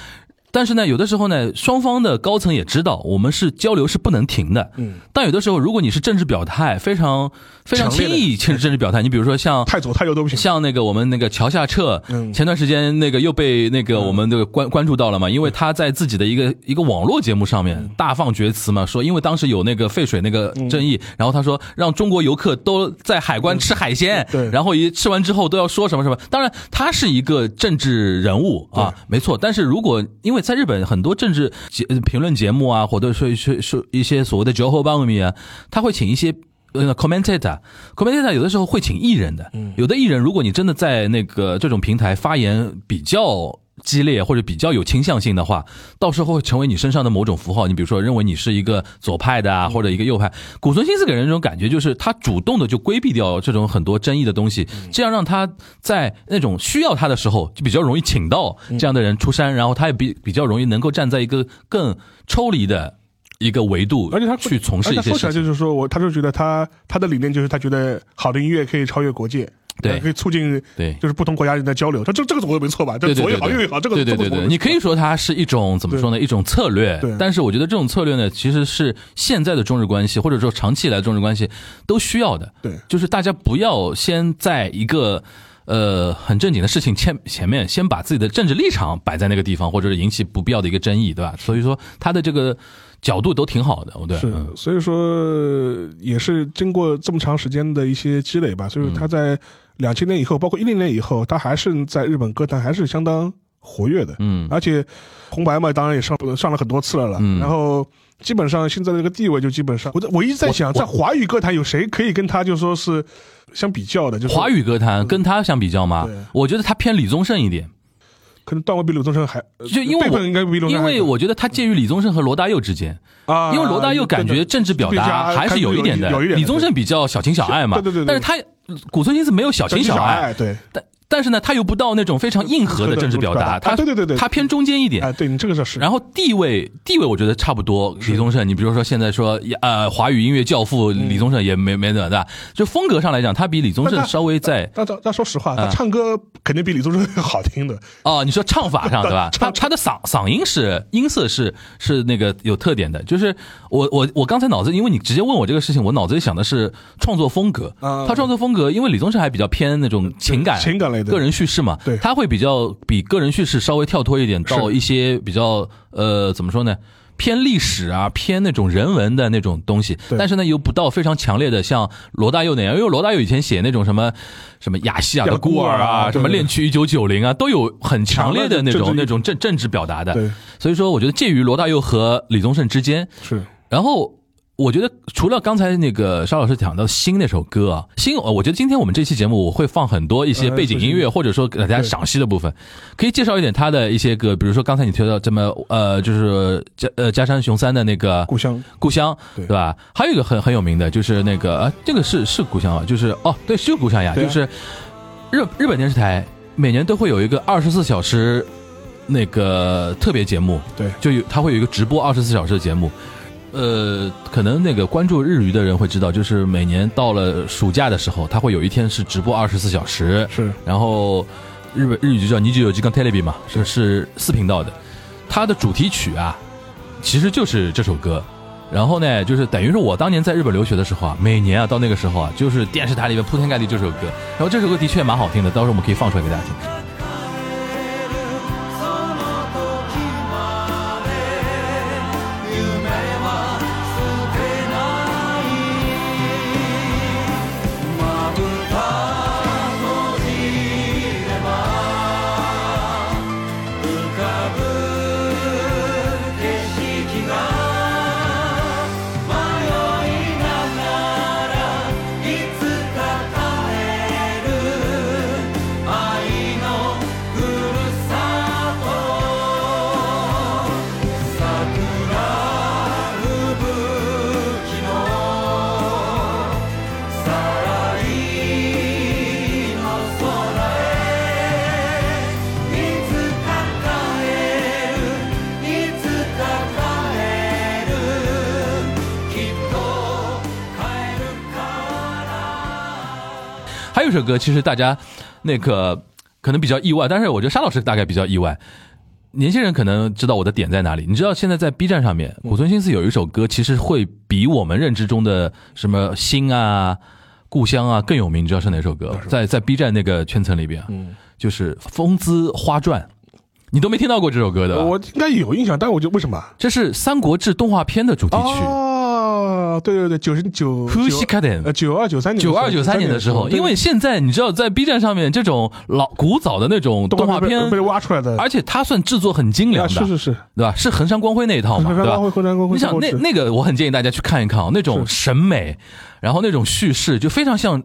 Speaker 5: 但是呢，有的时候呢，双方的高层也知道，我们是交流是不能停的。嗯。但有的时候，如果你是政治表态非常非常
Speaker 4: 强烈
Speaker 5: 轻
Speaker 4: 的
Speaker 5: 易政治政治表态，你比如说像
Speaker 4: 太左太右都不行。
Speaker 5: 像那个我们那个桥下彻，
Speaker 4: 嗯
Speaker 5: 前段时间那个又被那个我们这个关关注到了嘛，
Speaker 4: 嗯
Speaker 5: 因为他在自己的一个一个网络节目上面大放厥词嘛，说因为当时有那个废水那个争议，
Speaker 4: 嗯
Speaker 5: 然后他说让中国游客都在海关吃海鲜，
Speaker 4: 嗯对
Speaker 5: 然后一吃完之后都要说什么什么。当然，他是一个政治人物啊，没错。但是如果因为在日本很多政治节呃评论节目啊，或者说说说一些所谓的 j o h o b a m i 啊，他会请一些。呃，commentator，commentator 有的
Speaker 4: 嗯
Speaker 5: 时候会请艺人的，有的艺人如果你真的在那个这种平台发言比较激烈或者比较有倾向性的话，到时候会成为你身上的某种符号。你比如说，认为你是一个左派的
Speaker 4: 嗯
Speaker 5: 啊，或者一个右派。古存新四给人一种感觉，就是他主动的就规避掉这种很多争议的东西，
Speaker 4: 嗯
Speaker 5: 这样让他在那种需要他的时候，就比较容易请到这样的人出山，然后他也比比较容易能够站在一个更抽离的一个维度，
Speaker 4: 而且他
Speaker 5: 去从事一些
Speaker 4: 而且他说起
Speaker 5: 事
Speaker 4: 来
Speaker 5: 情。
Speaker 4: 就是说我，他就觉得他他的理念就是他觉得好的音乐可以超越国界，
Speaker 5: 对
Speaker 4: 可以促进
Speaker 5: 对
Speaker 4: 就是不同国家人的交流。他这这个总归没错吧？这
Speaker 5: 对对
Speaker 4: 左
Speaker 5: 对
Speaker 4: 也
Speaker 5: 对
Speaker 4: 好，右也啊好，这个
Speaker 5: 对对对对，你可以说它是一种怎么说呢？一种策略
Speaker 4: 对。
Speaker 5: 但是我觉得这种策略呢，其实是现在的中日关系，或者说长期以来的中日关系都需要的。
Speaker 4: 对
Speaker 5: 就是大家不要先在一个。呃，很正经的事情前前面先把自己的政治立场摆在那个地方，或者是引起不必要的一个争议，对吧？所以说他的这个角度都挺好的，对，
Speaker 4: 是
Speaker 5: 嗯，
Speaker 4: 所以说也是经过这么长时间的一些积累吧，所以说
Speaker 5: 嗯
Speaker 4: 他在两千年以后，包括一零年以后，他还是在日本歌坛还是相当活跃的，
Speaker 5: 嗯
Speaker 4: 而且红白嘛，当然也上上了很多次了了，
Speaker 5: 嗯
Speaker 4: 然后。基本上现在的这个地位，就基本上我在我一直在想，
Speaker 5: 我
Speaker 4: 在华语歌坛有谁可以跟他就说是相比较的，就是
Speaker 5: 华语歌坛跟他相比较嘛
Speaker 4: 对，
Speaker 5: 我觉得他偏李宗盛一点，
Speaker 4: 可能段位比鲁宗盛还，呃
Speaker 5: 就因为
Speaker 4: 辈
Speaker 5: 我
Speaker 4: 分应该比鲁宗盛
Speaker 5: 因
Speaker 4: 还
Speaker 5: 为我觉得他介于李宗盛和罗大佑之间，
Speaker 4: 啊，
Speaker 5: 因为罗大佑感觉政治表达还是有一点的
Speaker 4: 有一，点
Speaker 5: 李宗盛比较小情小爱嘛，
Speaker 4: 对对对对
Speaker 5: 但是他古村新司没有小
Speaker 4: 小
Speaker 5: 情小爱，
Speaker 4: 爱，对，
Speaker 5: 但但是呢，他又不到那种非常硬核的政治表达，
Speaker 4: 啊对
Speaker 5: 他
Speaker 4: 对对对，
Speaker 5: 他偏中间一点。
Speaker 4: 啊，对你这个是
Speaker 5: 然后地位地位我觉得差不多，李宗盛，你比如说现在说呃华语音乐教父李宗盛也没没怎么大，就风格上来讲，他比李宗
Speaker 4: 嗯但
Speaker 5: 盛
Speaker 4: 他
Speaker 5: 稍微在
Speaker 4: 但但但说实话，他
Speaker 5: 嗯
Speaker 4: 唱歌肯定比李宗盛 好听的，
Speaker 5: 哦，你说唱法 上对吧？
Speaker 4: 唱
Speaker 5: 他他的嗓嗓音是音色是是那个有特点的，就是我我我刚才脑子，因为你直接问我这个事情，我脑子里想的是创作风格。
Speaker 4: 嗯
Speaker 5: 他创作风格，因为李宗盛还比较偏那种情感
Speaker 4: 情感类的
Speaker 5: 个人叙事嘛，
Speaker 4: 对
Speaker 5: 他会比较比个人叙事稍微跳脱一点，到一些比较呃怎么说呢？偏历史啊，偏那种人文的那种东西，
Speaker 4: 对
Speaker 5: 但是呢，又不到非常强烈的像罗大佑那样，因为罗大佑以前写那种什么什么亚细亚的
Speaker 4: 亚孤
Speaker 5: 孤儿
Speaker 4: 儿啊
Speaker 5: 啊，什么
Speaker 4: 对
Speaker 5: 恋去一九九零啊，都有很强烈的那
Speaker 4: 强
Speaker 5: 种那
Speaker 4: 烈的政治
Speaker 5: 种政政治表达的
Speaker 4: 对。
Speaker 5: 所以说，我觉得介于罗大佑和李宗盛之间。
Speaker 4: 是
Speaker 5: 然后，我觉得除了刚才那个沙老师讲到《新》那首歌啊，《新》呃我觉得今天我们这期节目我会放很多一些
Speaker 4: 呃
Speaker 5: 背景音
Speaker 4: 就是
Speaker 5: 乐，或者说给大家赏析的部分，可以介绍一点他的一些歌，比如说刚才你提到这么呃，就是加呃加山雄三的那个
Speaker 4: 故乡
Speaker 5: 故乡，
Speaker 4: 对
Speaker 5: 对吧？还有一个很很有名的，就是那个啊，这个是是故乡啊，就是哦，对，是故乡呀，
Speaker 4: 对啊
Speaker 5: 就是日日本电视台每年都会有一个二十四小时那个特别节目，
Speaker 4: 对
Speaker 5: 就有它会有一个直播二十四小时的节目。呃，可能那个关注日语的人会知道，就是每年到了暑假的时候，它会有一天是直播二十四小时，
Speaker 4: 是
Speaker 5: 然后日本日语就叫尼基有机刚 t e l e 嘛，是是四频道的，它的主题曲啊，其实就是这首歌。然后呢，就是等于是我当年在日本留学的时候啊，每年啊到那个时候啊，就是电视台里面铺天盖地这首歌。然后这首歌的确蛮好听的，到时候我们可以放出来给大家听。还有一首歌，其实大家那个可能比较意外，但是我觉得沙老师大概比较意外。年轻人可能知道我的点在哪里。你知道现在在 B 站上面，古村新司有一首歌，其实会比我们认知中的什么心啊、故乡啊更有名。你知道是哪首歌吗？在在 B 站那个圈层里边，就是《风姿花传》，你都没听到过这首歌的吧？啊
Speaker 4: 我应该有印象，但我就为什么
Speaker 5: 这是《三国志》动画片的主题曲。
Speaker 4: 哦，对对对，九十九
Speaker 5: Who she cut in？
Speaker 4: 呃九二九三年
Speaker 5: 九二九三年的时候，因为现在你知道，在 B 站上面这种老古早的那种动画片
Speaker 4: 被，挖出来的，
Speaker 5: 而且它算制作很精良
Speaker 4: 啊
Speaker 5: 的，
Speaker 4: 是 是是，
Speaker 5: 对吧？是衡山光辉那一套嘛，
Speaker 4: 衡山
Speaker 5: 对吧
Speaker 4: 光辉衡山光？辉
Speaker 5: 你想那
Speaker 4: 是
Speaker 5: 那个，我很建议大家去看一看啊，那种审美，然后那种叙事，就非常像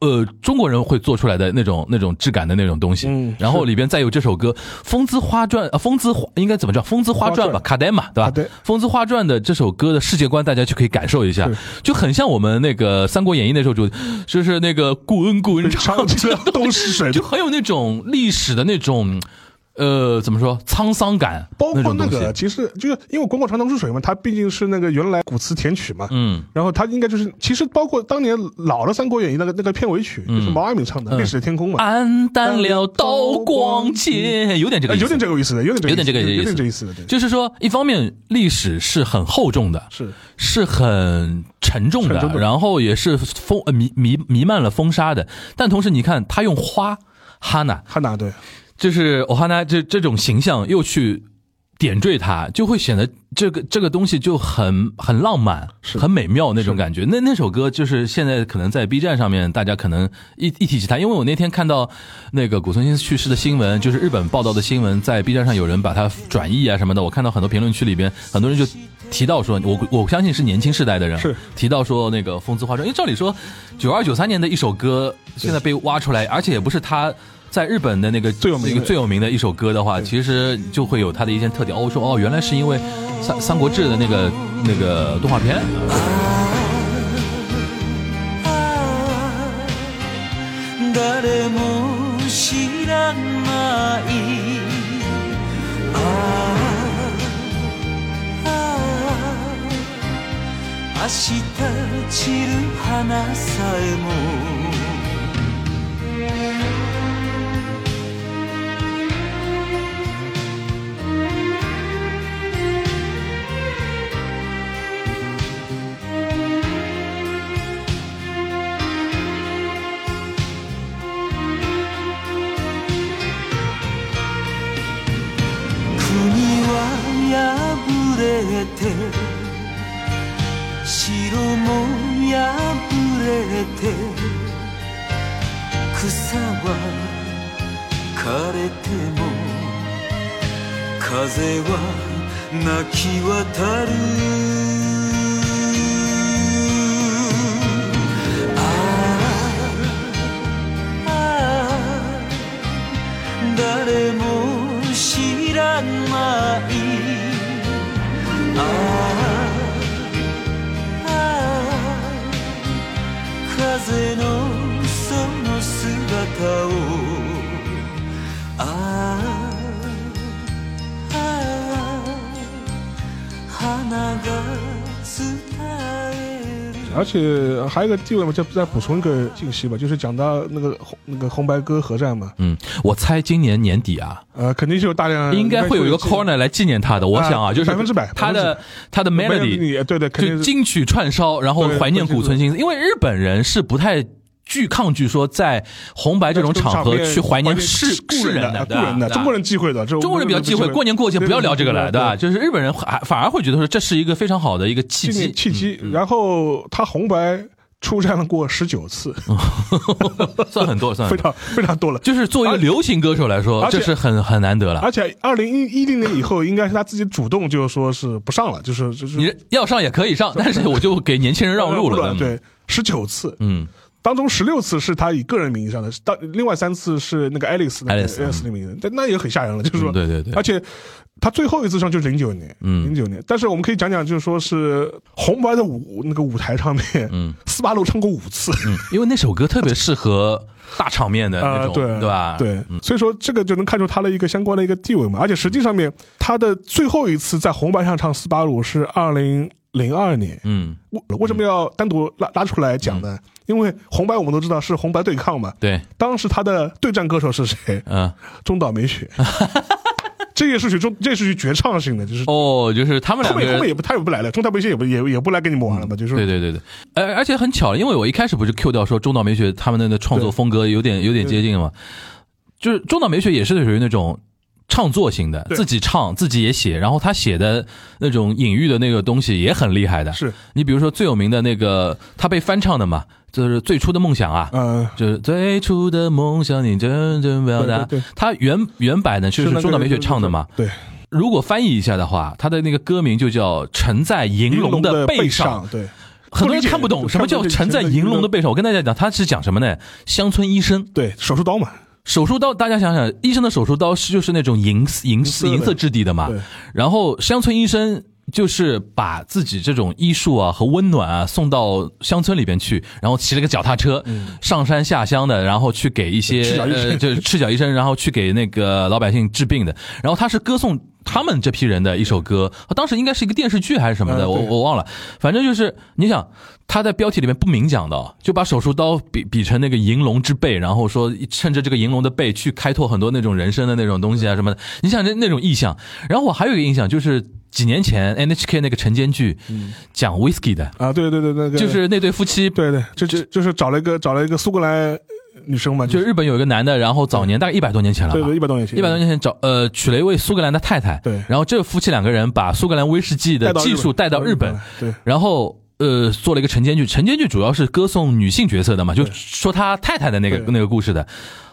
Speaker 5: 呃中国人会做出来的那种那种质感的那种东西，
Speaker 4: 嗯
Speaker 5: 然后里边再有这首歌《风姿花传》呃，《风姿花》应该怎么叫《风姿花传》吧，卡戴玛对吧？
Speaker 4: 卡戴
Speaker 5: 《风姿花传》的这首歌的世界观，大家就可以感受一下
Speaker 4: 是，
Speaker 5: 就很像我们那个《三国演义》那时候就就是那个顾恩顾恩唱
Speaker 4: 长
Speaker 5: 这
Speaker 4: 江东逝水，
Speaker 5: 就很有那种历史的那种，呃，怎么说沧桑感，
Speaker 4: 包括
Speaker 5: 种
Speaker 4: 那
Speaker 5: 东
Speaker 4: 个，
Speaker 5: 西。
Speaker 4: 其实就是因为《滚滚长江东逝水》嘛，它毕竟是那个原来古词填曲嘛，
Speaker 5: 嗯，
Speaker 4: 然后它应该就是，其实包括当年老的《三国演义》那个那个片尾曲，就是毛阿敏唱的《
Speaker 5: 嗯
Speaker 4: 烈士的天空》嘛，
Speaker 5: 黯淡了刀光剑，有点这个
Speaker 4: 呃
Speaker 5: 意思，
Speaker 4: 有点这个意思的，有点
Speaker 5: 有点这个
Speaker 4: 意
Speaker 5: 意
Speaker 4: 思
Speaker 5: 思
Speaker 4: 的有点这个意思的，对，
Speaker 5: 就是说，一方面历史是很厚重的，
Speaker 4: 是
Speaker 5: 是很沉重的，
Speaker 4: 沉重的
Speaker 5: 然后也是风呃弥弥弥漫了风沙的。但同时，你看他用花哈娜，
Speaker 4: 汉娜对，
Speaker 5: 就是欧哈娜这这种形象又去点缀它，就会显得这个这个东西就很很浪漫，很美妙那种感觉。那那首歌就是现在可能在 B 站上面，大家可能一一提起它，因为我那天看到那个古村新去世的新闻，就是日本报道的新闻，在 B 站上有人把它转译啊什么的，我看到很多评论区里边很多人就。提到说，我我相信是年轻世代的人
Speaker 4: 是
Speaker 5: 提到说那个《风姿花传》，因为照理说，九二九三年的一首歌，现在被挖出来，而且也不是他在日本的那个
Speaker 4: 最有名的
Speaker 5: 那个最有名的一首歌的话，其实就会有它的一些特点。哦，我说哦，原来是因为三《三国志》的那个那个动画片，
Speaker 6: 誰も知らないああああ明日散る花さえも国は破れて城も破れて草は枯れても風は泣き渡るああああ誰も知らないああああ風のその姿をああああ花が伝える
Speaker 4: 而且还有一个地位嘛，就再补充一个信息吧，就是讲到那个红那个红白歌合战嘛，
Speaker 5: 嗯，我猜今年年底啊，
Speaker 4: 呃，肯定是有大量
Speaker 5: 应该会有一个 corner 来纪念他的。我想啊，
Speaker 4: 啊
Speaker 5: 就是
Speaker 4: 百分之百
Speaker 5: 他
Speaker 4: 百分之
Speaker 5: 的他的 melody
Speaker 4: 对对，肯
Speaker 5: 就
Speaker 4: 定是
Speaker 5: 金曲串烧，然后
Speaker 4: 对
Speaker 5: 怀念
Speaker 4: 对对
Speaker 5: 古村新司，因为日本人是不太。拒抗拒说在红白这种场合去怀念世
Speaker 4: 故
Speaker 5: 世人
Speaker 4: 的
Speaker 5: 对
Speaker 4: 故
Speaker 5: 吧
Speaker 4: 人的，
Speaker 5: 对吧
Speaker 4: 中国人忌讳的，这
Speaker 5: 中国人比较忌讳，过年过节不要聊这个了，对吧？？就是日本人还反而会觉得说这是一个非常好的一个契
Speaker 4: 纪
Speaker 5: 机
Speaker 4: 念。契机。
Speaker 5: 嗯
Speaker 4: 然后他红白出战过十九次，
Speaker 5: 嗯 算很多，算
Speaker 4: 非
Speaker 5: 很多。
Speaker 4: 常非常多了。
Speaker 5: 就是作为一个流行歌手来说，
Speaker 4: 而且
Speaker 5: 这是很很难得了
Speaker 4: 而。且二零一一零年以后，应该是他自己主动就说是不上了，就是就是
Speaker 5: 你要上也可以上，但是我就给年轻人让 路了。嗯，
Speaker 4: 对，十九次，
Speaker 5: 嗯，
Speaker 4: 当中十六次是他以个人名义上的，当另外三次是那个 Alex 那个
Speaker 5: Alex，嗯
Speaker 4: Alex 的名字，但那也很吓人了，就是说，
Speaker 5: 嗯对对对
Speaker 4: 而且他最后一次上就是零九年，
Speaker 5: 嗯
Speaker 4: 零九年，但是我们可以讲讲，就是说是红白的舞那个舞台上面，嗯，斯巴鲁唱过五次，
Speaker 5: 嗯因为那首歌特别适合大场面的那
Speaker 4: 啊，
Speaker 5: 种，
Speaker 4: 对
Speaker 5: 对吧？
Speaker 4: 对
Speaker 5: 嗯，
Speaker 4: 所以说这个就能看出他的一个相关的一个地位嘛，而且实际上面他的最后一次在红白上唱斯巴鲁是二零零二年，
Speaker 5: 嗯，
Speaker 4: 为为什么要单独拉拉出来讲呢？因为红白我们都知道是红白对抗嘛，
Speaker 5: 对，
Speaker 4: 当时他的对战歌手 是谁？
Speaker 5: 嗯，
Speaker 4: 中岛 美雪。这也是属于中，这也是属于绝唱性的，就是
Speaker 5: 哦，就是他们
Speaker 4: 后
Speaker 5: 两个
Speaker 4: 面后面
Speaker 5: 人。嗯
Speaker 4: 也不他也不来了，中岛美雪也不也也不来跟你们玩了嘛，就是
Speaker 5: 对对对对，而而且很巧，因为我一开始不是 Q 掉说中岛美雪他们的那个创作
Speaker 4: 对
Speaker 5: 风格有点有点接近嘛，就是中岛美雪也是属于那种唱作型的，
Speaker 4: 对
Speaker 5: 自己唱自己也写，然后他写的那种隐喻的那个东西也很厉害的。
Speaker 4: 是
Speaker 5: 你比如说最有名的那个，他被翻唱的嘛，就是最初的梦想啊。
Speaker 4: 嗯、
Speaker 5: 就是最初的梦想，你真正表达
Speaker 4: 对对对。
Speaker 5: 他原原版呢，就
Speaker 4: 那
Speaker 5: 是
Speaker 4: 个
Speaker 5: 中岛美雪唱的嘛。
Speaker 4: 对，
Speaker 5: 如果翻译一下的话，他的那个歌名就叫《沉在银
Speaker 4: 银
Speaker 5: 龙
Speaker 4: 龙
Speaker 5: 的
Speaker 4: 背
Speaker 5: 背上》。
Speaker 4: 对，
Speaker 5: 很多人看不懂什么叫
Speaker 4: 沉
Speaker 5: 沉在银龙的背上。我跟大家讲，他是讲什么呢？乡村医生
Speaker 4: 对手术刀嘛，
Speaker 5: 手术刀，大家想想，医生的手术刀是就是那种银银
Speaker 4: 色的
Speaker 5: 银色质地的嘛
Speaker 4: 对。
Speaker 5: 然后乡村医生就是把自己这种医术啊和温暖啊送到乡村里边去，然后骑了个脚踏车、上山下乡的，然后去给一些
Speaker 4: 赤嗯脚医生
Speaker 5: 呃，就是赤脚医生，然后去给那个老百姓治病的。然后他是歌颂他们这批人的一首歌，当时应该是一个电视剧还是什么的，
Speaker 4: 嗯
Speaker 5: 我
Speaker 4: 对
Speaker 5: 我忘了。反正就是你想，他在标题里面不明讲的哦，就把手术刀比比成那个银龙之背，然后说趁着这个银龙的背去开拓很多那种人生的那种东西啊什么的。你想那那种意象。然后我还有一个印象就是几年前 NHK 那个晨间剧，讲 whisky 的，
Speaker 4: 啊，对对对嗯对，那个
Speaker 5: 就是那对夫妻
Speaker 4: 对对，就就就是找了一个找了一个苏格兰女生嘛，
Speaker 5: 就
Speaker 4: 就是
Speaker 5: 日本有一个男的，然后早年大概一百多年前了
Speaker 4: 对
Speaker 5: 吧
Speaker 4: 对，，一百多年前，
Speaker 5: 一百多年前找呃娶了一位苏格兰的太太，
Speaker 4: 对
Speaker 5: 然后这夫妻两个人把苏格兰威士忌的
Speaker 4: 带到
Speaker 5: 技术带到日本
Speaker 4: 来，对
Speaker 5: 然后呃做了一个晨间剧，晨间剧主要是歌颂女性角色的嘛，就说他太太的那个
Speaker 4: 对
Speaker 5: 那个故事的，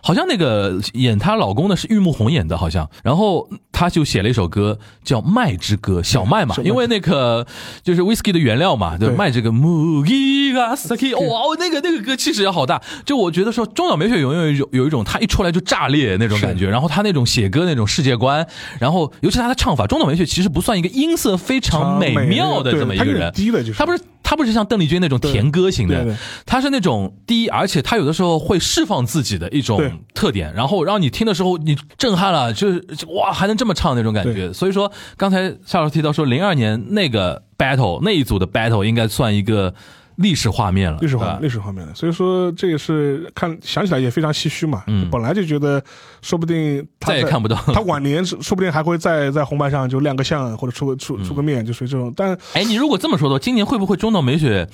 Speaker 5: 好像那个演她老公的是玉木宏演的，好像，然后他就写了一首歌叫《麦之歌》，小麦嘛
Speaker 4: 小，麦
Speaker 5: 因为那个就是 whisky 的原料嘛，对
Speaker 4: 对
Speaker 5: 麦这个 mugi a saki，哇，哦那个那个歌气势也好大，就我觉得说中岛美雪永远有一种有一种她一出来就炸裂那种感觉，然后她那种写歌那种世界观，然后尤其她的唱法，中岛美雪其实不算一个音色非常
Speaker 4: 常
Speaker 5: 美
Speaker 4: 美
Speaker 5: 妙的
Speaker 4: 对
Speaker 5: 这么一
Speaker 4: 她
Speaker 5: 个
Speaker 4: 有点
Speaker 5: 人，
Speaker 4: 低的就是
Speaker 5: 她不是他不是像邓丽君那种甜歌型
Speaker 4: 对对
Speaker 5: 的
Speaker 4: 对，
Speaker 5: 他是那种低，而且他有的时候会释放自己的一
Speaker 4: 对
Speaker 5: 种特点，然后让你听的时候你震撼了，就是就哇还能这么唱那种感觉。
Speaker 4: 对
Speaker 5: 所以说刚才夏老师提到说，零二年那个 battle 那一组的 battle 应该算一个历史画面了，
Speaker 4: 历史
Speaker 5: 对
Speaker 4: 画
Speaker 5: 吧
Speaker 4: 历史画面的，所以说这也是看想起来也非常唏嘘嘛。
Speaker 5: 嗯
Speaker 4: 本来就觉得说不定他
Speaker 5: 再也
Speaker 4: 在
Speaker 5: 看不到
Speaker 4: 他晚年说说不定还会再在红白上就亮个相或者出个出出个面，就属于这种。但
Speaker 5: 哎，你如果这么说的话，今年会不会中岛美雪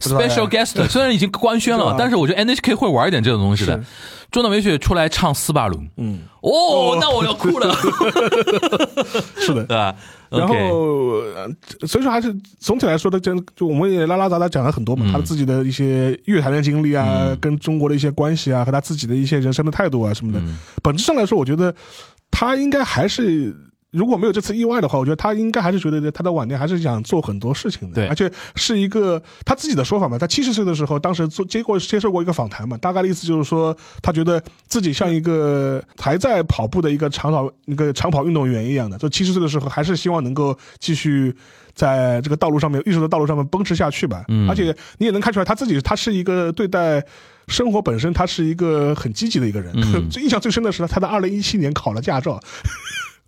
Speaker 4: 知道哎
Speaker 5: special guest？虽然已经官宣
Speaker 4: 不知
Speaker 5: 了
Speaker 4: 道，
Speaker 5: 但是我觉得 NHK 会玩一点这种东西的
Speaker 4: 是。
Speaker 5: 中岛美雪出来唱斯巴伦，
Speaker 4: 嗯，
Speaker 5: 哦，那我要哭了，
Speaker 4: 是的
Speaker 5: 对。吧？
Speaker 4: 然
Speaker 5: OK
Speaker 4: 后，呃所以说还是总体来说的，这就我们也拉拉杂杂讲了很多嘛，他自己的一些乐坛的经历啊，跟中国的一些关系啊，和他自己的一些人生的态度啊什么的。本质上来说，我觉得他应该还是。如果没有这次意外的话，我觉得他应该还是觉得他的晚年还是想做很多事情的，
Speaker 5: 对
Speaker 4: 而且是一个他自己的说法嘛。他七十岁的时候，当时做接过接受过一个访谈嘛，大概的意思就是说，他觉得自己像一个还在跑步的一个长跑那个长跑运动员一样的，就七十岁的时候还是希望能够继续在这个道路上面艺术的道路上面奔驰下去吧。
Speaker 5: 嗯
Speaker 4: 而且你也能看出来，他自己他是一个对待。生活本身，他是一个很积极的一个人。
Speaker 5: 嗯
Speaker 4: 最印象最深的是，他在二零一七年考了驾照，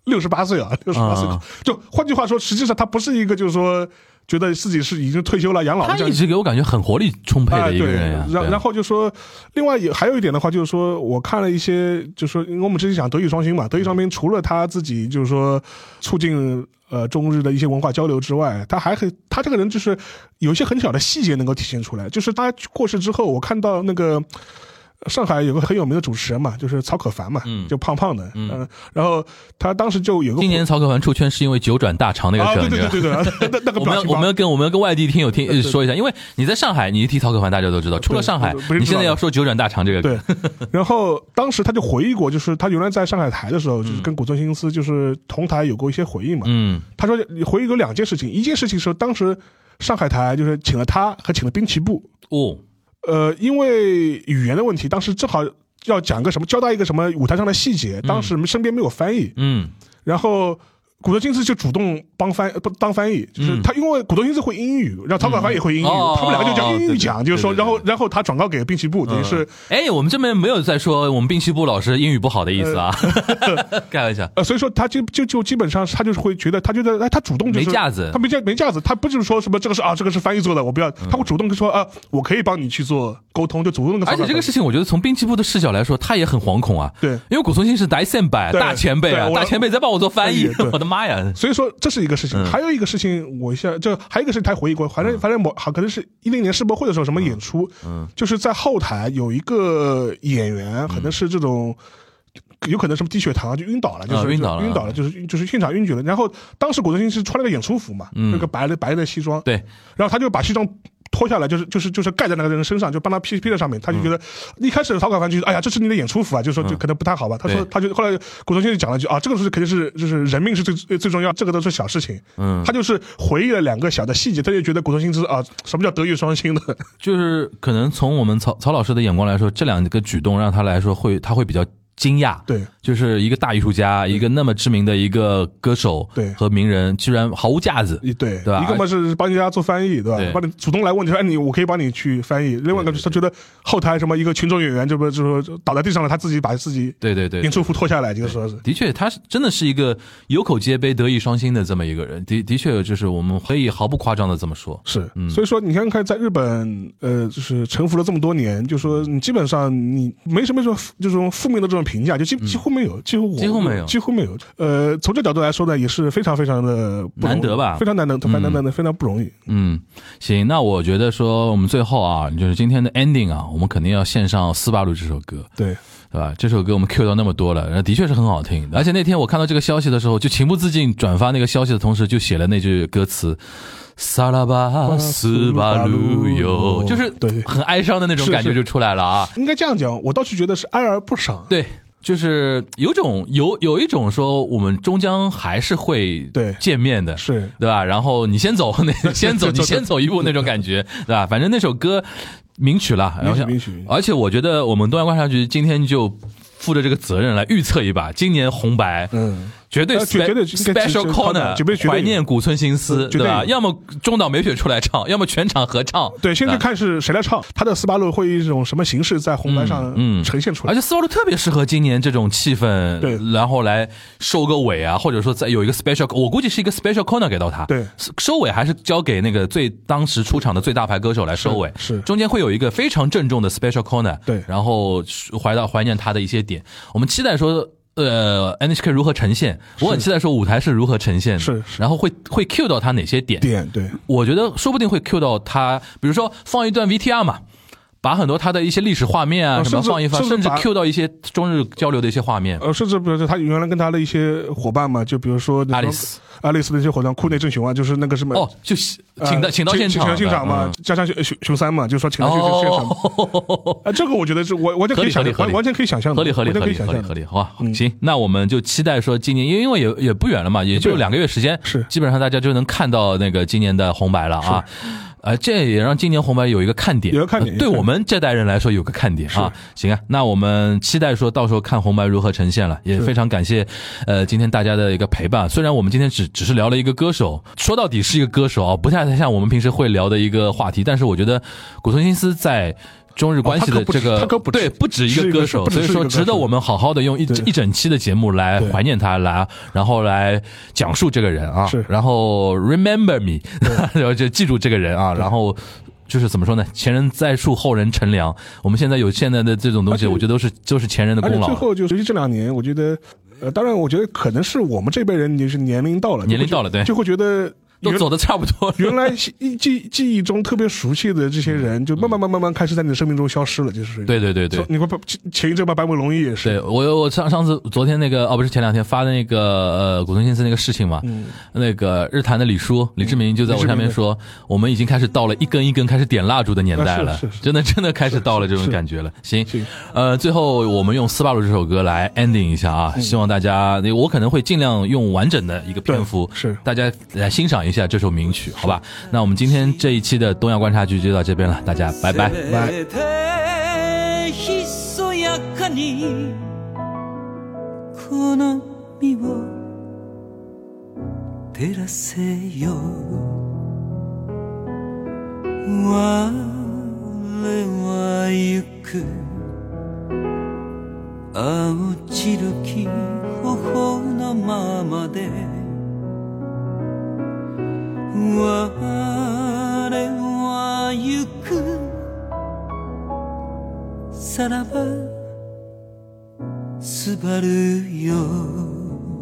Speaker 4: 六十八岁啊，六十八岁
Speaker 5: 啊。
Speaker 4: 就换句话说，实际上他不是一个就是说觉得自己是已经退休了、养老了
Speaker 5: 他
Speaker 4: 这
Speaker 5: 一
Speaker 4: 样。
Speaker 5: 直给我感觉很活力充沛
Speaker 4: 哎，
Speaker 5: 的一个
Speaker 4: 对，
Speaker 5: 人呀。对
Speaker 4: 然然后就说，另外也还有一点的话，就是说我看了一些，就是说，因为我们之前讲德语双馨嘛，德语双馨除了他自己就是说促进呃中日的一些文化交流之外，他还很他这个人就是有一些很小的细节能够体现出来，就是他过世之后，我看到那个。上海有个很有名的主持人嘛，就是曹可凡嘛，
Speaker 5: 嗯
Speaker 4: 就胖胖的，嗯、然后他当时就有个
Speaker 5: 今年曹可凡出圈是因为九转大肠那个
Speaker 4: 啊，
Speaker 5: 梗，
Speaker 4: 对对
Speaker 5: 你知道
Speaker 4: 对
Speaker 5: 吗
Speaker 4: 对对，那那那个
Speaker 5: 我们
Speaker 4: 表
Speaker 5: 要
Speaker 4: 情
Speaker 5: 我
Speaker 4: 包
Speaker 5: 们要跟我们要跟外地听友听呃说一下，因为你在上海，你一提曹可凡，大家都知道。除了上海
Speaker 4: 对不，是
Speaker 5: 你现在
Speaker 4: 知道
Speaker 5: 要说九转大肠这个梗，
Speaker 4: 对，然后当时他就回忆过，就是他原来在上海台的时候，就是跟古村新司就是同台有过一些回忆嘛。
Speaker 5: 嗯
Speaker 4: 他说回忆有两件事情，一件事情是当时上海台就是请了他和请了滨崎步，
Speaker 5: 哦，
Speaker 4: 呃，因为语言的问题，当时正好要讲个什么，交代一个什么舞台上的细节，当时身边没有翻译，
Speaker 5: 嗯
Speaker 4: 然后。古德金斯就主动帮翻不当翻译，就是
Speaker 5: 嗯
Speaker 4: 他，因为古德金斯会英语，然后曹可凡也会英语，
Speaker 5: 哦
Speaker 4: 他们两个就讲英
Speaker 5: 哦哦
Speaker 4: 语
Speaker 5: 对
Speaker 4: 讲，
Speaker 5: 对
Speaker 4: 就是说，
Speaker 5: 对对
Speaker 4: 然后
Speaker 5: 对
Speaker 4: 然后他转告给滨崎步，等于是
Speaker 5: 哎，我们这边没有在说我们滨崎步老师英语不好的意思啊， 开玩笑。
Speaker 4: 呃， 所以说他就就就基本上是他就是会觉得他觉得哎，他主动就是
Speaker 5: 没架子嗯
Speaker 4: 他没架没架子，他不就是说什么这个是啊，这个是翻译做的，我不要，他会主动说啊，我可以帮你去做沟通，就主动的。
Speaker 5: 而且这个事情，我觉得从滨崎步的视角来说，他也很惶恐啊。
Speaker 4: 对
Speaker 5: 因为古松新是大先辈、
Speaker 4: 对
Speaker 5: 大前辈啊，
Speaker 4: 对我
Speaker 5: 大前辈在帮我做翻译
Speaker 4: 翻译 对，
Speaker 5: 我的妈呀！
Speaker 4: 所以说这是一个事情，
Speaker 5: 嗯
Speaker 4: 还有一个事情，我一下就还有一个事情，他回忆过，反正反正某好可能是一零年世博会的时候什么
Speaker 5: 嗯
Speaker 4: 演出，就是在后台有一个演员，可能是这种。有可能什么低血糖就晕倒了，就
Speaker 5: 嗯
Speaker 4: 是、
Speaker 5: 啊晕倒了
Speaker 4: 就晕倒了，就是就是现场晕厥了。然后当时古德星是穿了个演出服嘛，
Speaker 5: 嗯
Speaker 4: 那个白的白的西装，
Speaker 5: 对，
Speaker 4: 然后他就把西装脱下来就是就是就是盖在那个人身上，就帮他披披在上面，他就觉得、
Speaker 5: 嗯
Speaker 4: 一开始陶凯帆就觉得哎呀，这是你的演出服啊，就说就可能不太好吧。他说
Speaker 5: 对
Speaker 4: 他就后来古东先就讲了一句啊，这个是肯定是就是人命是最最最重要，这个都是小事情。
Speaker 5: 嗯
Speaker 4: 他就是回忆了两个小的细节，他就觉得古东新知啊，什么叫德育双馨的？
Speaker 5: 就是可能从我们曹曹老师的眼光来说，这两个举动让他来说会他会比较惊讶，
Speaker 4: 对，
Speaker 5: 就是一个大艺术家，一个那么知名的一个歌手，
Speaker 4: 对
Speaker 5: 和名人，居然毫无架子，
Speaker 4: 一 对， 啊
Speaker 5: 对吧啊
Speaker 4: 一个嘛是帮人家做翻译，对吧？
Speaker 5: 对
Speaker 4: 帮你主动来问你说，哎，你我可以帮你去翻译。另外一个就是他觉得后台什么一个群众演员，这不就是说倒在地上了，他自己把自己
Speaker 5: 对对对，
Speaker 4: 演出服脱下来，这个说是。
Speaker 5: 的确，他是真的是一个有口皆碑、德艺双馨的这么一个人。的的确，就是我们可以毫不夸张的这么说。
Speaker 4: 是，所以说你看看，在日本，呃，就是沉浮了这么多年，就说你基本上你没什么说这种负面的这种评价，就几几乎没有，几乎我
Speaker 5: 嗯几乎没有
Speaker 4: 几乎没有。呃，从这角度来说呢，也是非常非常的不容易
Speaker 5: 难得吧
Speaker 4: 非常难得，非常难得，非常不容易。
Speaker 5: 嗯，行，那我觉得说我们最后啊，就是今天的 ending 啊，我们肯定要献上《斯巴鲁》这首歌，
Speaker 4: 对，
Speaker 5: 对吧？这首歌我们 Q 到那么多了，然后的确是很好听。而且那天我看到这个消息的时候，就情不自禁转发那个消息的同时，就写了那句歌词。萨拉巴斯巴鲁哟，就是
Speaker 4: 对
Speaker 5: 很哀伤的那种感觉
Speaker 4: 是
Speaker 5: 就出来了啊。
Speaker 4: 应该这样讲，我倒是觉得是哀而不伤。
Speaker 5: 对，就是有种有有一种说，我们终将还是会
Speaker 4: 对
Speaker 5: 见面的，
Speaker 4: 是
Speaker 5: 对吧？然后你先走， 那先走，你先走一步那种感觉，对吧？反正那首歌名曲了，然后像
Speaker 4: 名曲
Speaker 5: 而且我觉得我们东阳观察局今天就。负着这个责任来预测一把，今年红白，
Speaker 4: 嗯，
Speaker 5: 绝对
Speaker 4: 呃绝
Speaker 5: spe-
Speaker 4: 绝对应该是
Speaker 5: special
Speaker 4: 是 corner，绝对
Speaker 5: corner，
Speaker 4: 绝对
Speaker 5: 怀念古村新思，
Speaker 4: 绝
Speaker 5: 对
Speaker 4: 对
Speaker 5: 吧？要么中岛美雪出来唱，要么全场合唱，
Speaker 4: 对，先
Speaker 5: 对
Speaker 4: 去
Speaker 5: 吧
Speaker 4: 看是谁来唱，他的斯巴鲁会以一种什么形式在红白上
Speaker 5: 嗯嗯
Speaker 4: 呈现出来。
Speaker 5: 而且斯巴鲁特别适合今年这种气氛，
Speaker 4: 对
Speaker 5: 然后来收个尾啊，或者说再有一个 special，我估计是一个 special corner 给到他，
Speaker 4: 对
Speaker 5: 收尾还是交给那个最当时出场的最大牌歌手来收尾，
Speaker 4: 是是
Speaker 5: 中间会有一个非常郑重的 special corner，
Speaker 4: 对
Speaker 5: 然后怀到怀念他的一些点，我们期待说。呃，NHK 如何呈现？我很期待说舞台是如何呈现的，
Speaker 4: 是是
Speaker 5: 然后会会 cue 到他哪些点？
Speaker 4: 点对，
Speaker 5: 我觉得说不定会 Q 到他，比如说放一段 VTR 嘛，把很多他的一些历史画面啊
Speaker 4: 啊
Speaker 5: 什么
Speaker 4: 甚至
Speaker 5: 放一放，
Speaker 4: 甚
Speaker 5: 甚
Speaker 4: 至
Speaker 5: 至
Speaker 4: 把
Speaker 5: Q 到一些中日交流的一些画面。
Speaker 4: 呃，甚至比如说他原来跟他的一些伙伴嘛，就比如说那
Speaker 5: 爱
Speaker 4: 种
Speaker 5: 丽丝，
Speaker 4: 爱丽丝的一些伙伴，库内正雄啊，就是那个什么
Speaker 5: 哦，就是请到
Speaker 4: 呃
Speaker 5: 请到现场
Speaker 4: 请
Speaker 5: 的，
Speaker 4: 到现场嘛
Speaker 5: 嗯，，
Speaker 4: 加上熊熊熊三嘛，就说请到现现场。
Speaker 5: 哦，
Speaker 4: 啊，这个我觉得是我完全
Speaker 5: 合
Speaker 4: 可
Speaker 5: 哦理合
Speaker 4: 以想
Speaker 5: 理
Speaker 4: 象，
Speaker 5: 合
Speaker 4: 完
Speaker 5: 理，
Speaker 4: 完全可以想象的，
Speaker 5: 合理合理
Speaker 4: 完全
Speaker 5: 合
Speaker 4: 可以
Speaker 5: 理
Speaker 4: 想
Speaker 5: 合理
Speaker 4: 象
Speaker 5: 合
Speaker 4: 的。
Speaker 5: 理，好吧，
Speaker 4: 嗯
Speaker 5: 行，那我们就期待说今年，因为因为也也不远了嘛，也就
Speaker 4: 对
Speaker 5: 两个月时间，
Speaker 4: 是
Speaker 5: 基本上大家就能看到那个今年的红白了啊。呃，这也让今年红白有一个看点，
Speaker 4: 有个看点
Speaker 5: 呃对我们这代人来说有个看点啊。行啊，那我们期待说到时候看红白如何呈现了，也非常感谢呃今天大家的一个陪伴。虽然我们今天只只是聊了一个歌手，说到底是一个歌手啊，不太像我们平时会聊的一个话题，但是我觉得古村新司在。中日关系
Speaker 4: 哦他
Speaker 5: 的
Speaker 4: 可不
Speaker 5: 这
Speaker 4: 止
Speaker 5: 个
Speaker 4: 他可不止
Speaker 5: 对，不止一个
Speaker 4: 是一个
Speaker 5: 歌手，
Speaker 4: 不止
Speaker 5: 所以
Speaker 4: 是一
Speaker 5: 说
Speaker 4: 个
Speaker 5: 值
Speaker 4: 歌
Speaker 5: 得
Speaker 4: 手
Speaker 5: 我们好好的用一
Speaker 4: 对
Speaker 5: 一整期的节目来
Speaker 4: 对
Speaker 5: 怀念他，来然后来讲述这个人啊，
Speaker 4: 是
Speaker 5: 然后 remember me，然 后就记住这个人啊，然后。就是怎么说呢？前人栽树，后人乘凉。我们现在有现在的这种东西，
Speaker 4: 而且
Speaker 5: 我觉得都是都是前人的
Speaker 4: 而且
Speaker 5: 功劳
Speaker 4: 最
Speaker 5: 了，
Speaker 4: 后就是，尤其这两年，我觉得，呃，当然，我觉得可能是我们这辈人，就是年龄到了，
Speaker 5: 年龄到了对
Speaker 4: 就会觉得
Speaker 5: 都
Speaker 4: 原
Speaker 5: 走的差不多了。
Speaker 4: 原来记记记忆中特别熟悉的这些人，就慢慢慢慢慢开始在你的生命中消失了，就是
Speaker 5: 对对对对，
Speaker 4: 你会把前前一阵吧，白尾龙一也
Speaker 5: 对
Speaker 4: 是，
Speaker 5: 我我上上次昨天那个哦不是前两天发的那个呃古村新司那个事情嘛，
Speaker 4: 嗯
Speaker 5: 那个日坛的李叔李志明就在我下面说，我们已经开始到了一根一根开始点蜡烛的年代了，
Speaker 4: 啊是是是
Speaker 5: 真的真的开始到了这种
Speaker 4: 是
Speaker 5: 感觉了。行
Speaker 4: 是，
Speaker 5: 呃，最后我们用《斯巴鲁》这首歌来 ending 一下
Speaker 4: 嗯
Speaker 5: 啊，希望大家我可能会尽量用完整的一个篇幅，
Speaker 4: 对是
Speaker 5: 大家来欣赏一下这首名曲，好吧？那我们今天这一期的东亚观察局就到这边了，大家拜拜。
Speaker 4: 拜
Speaker 6: てひそやかにこの身を照らせよ我は行く青白き頬のままで我は行くさらばすばるよ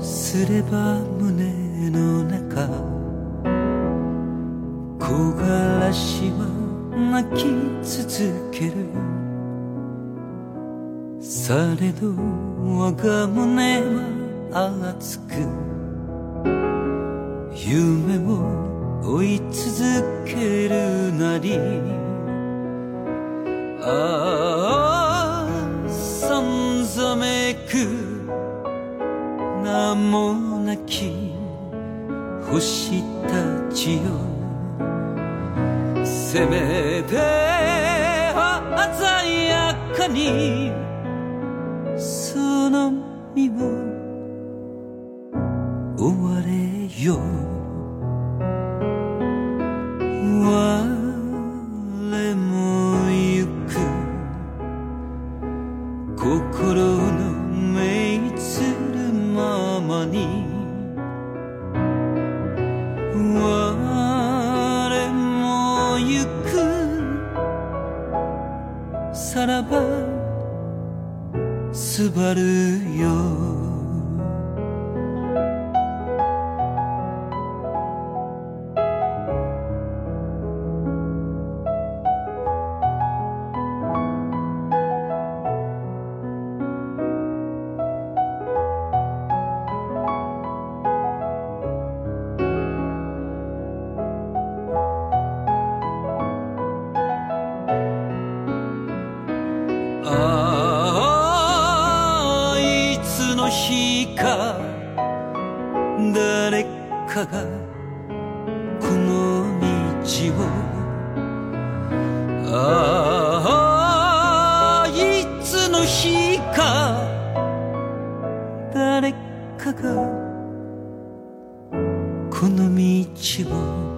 Speaker 6: すれば胸の中木枯らしは泣き続けるされど我が胸は熱く夢を追い続けるなりああさんざめく名もなき星たちよせめて鮮やかにその身を追われよ我も行く心のめいつるままに我も行くさらばすばるよああいつの日か誰かがこの道をああいつの日か誰かがこの道を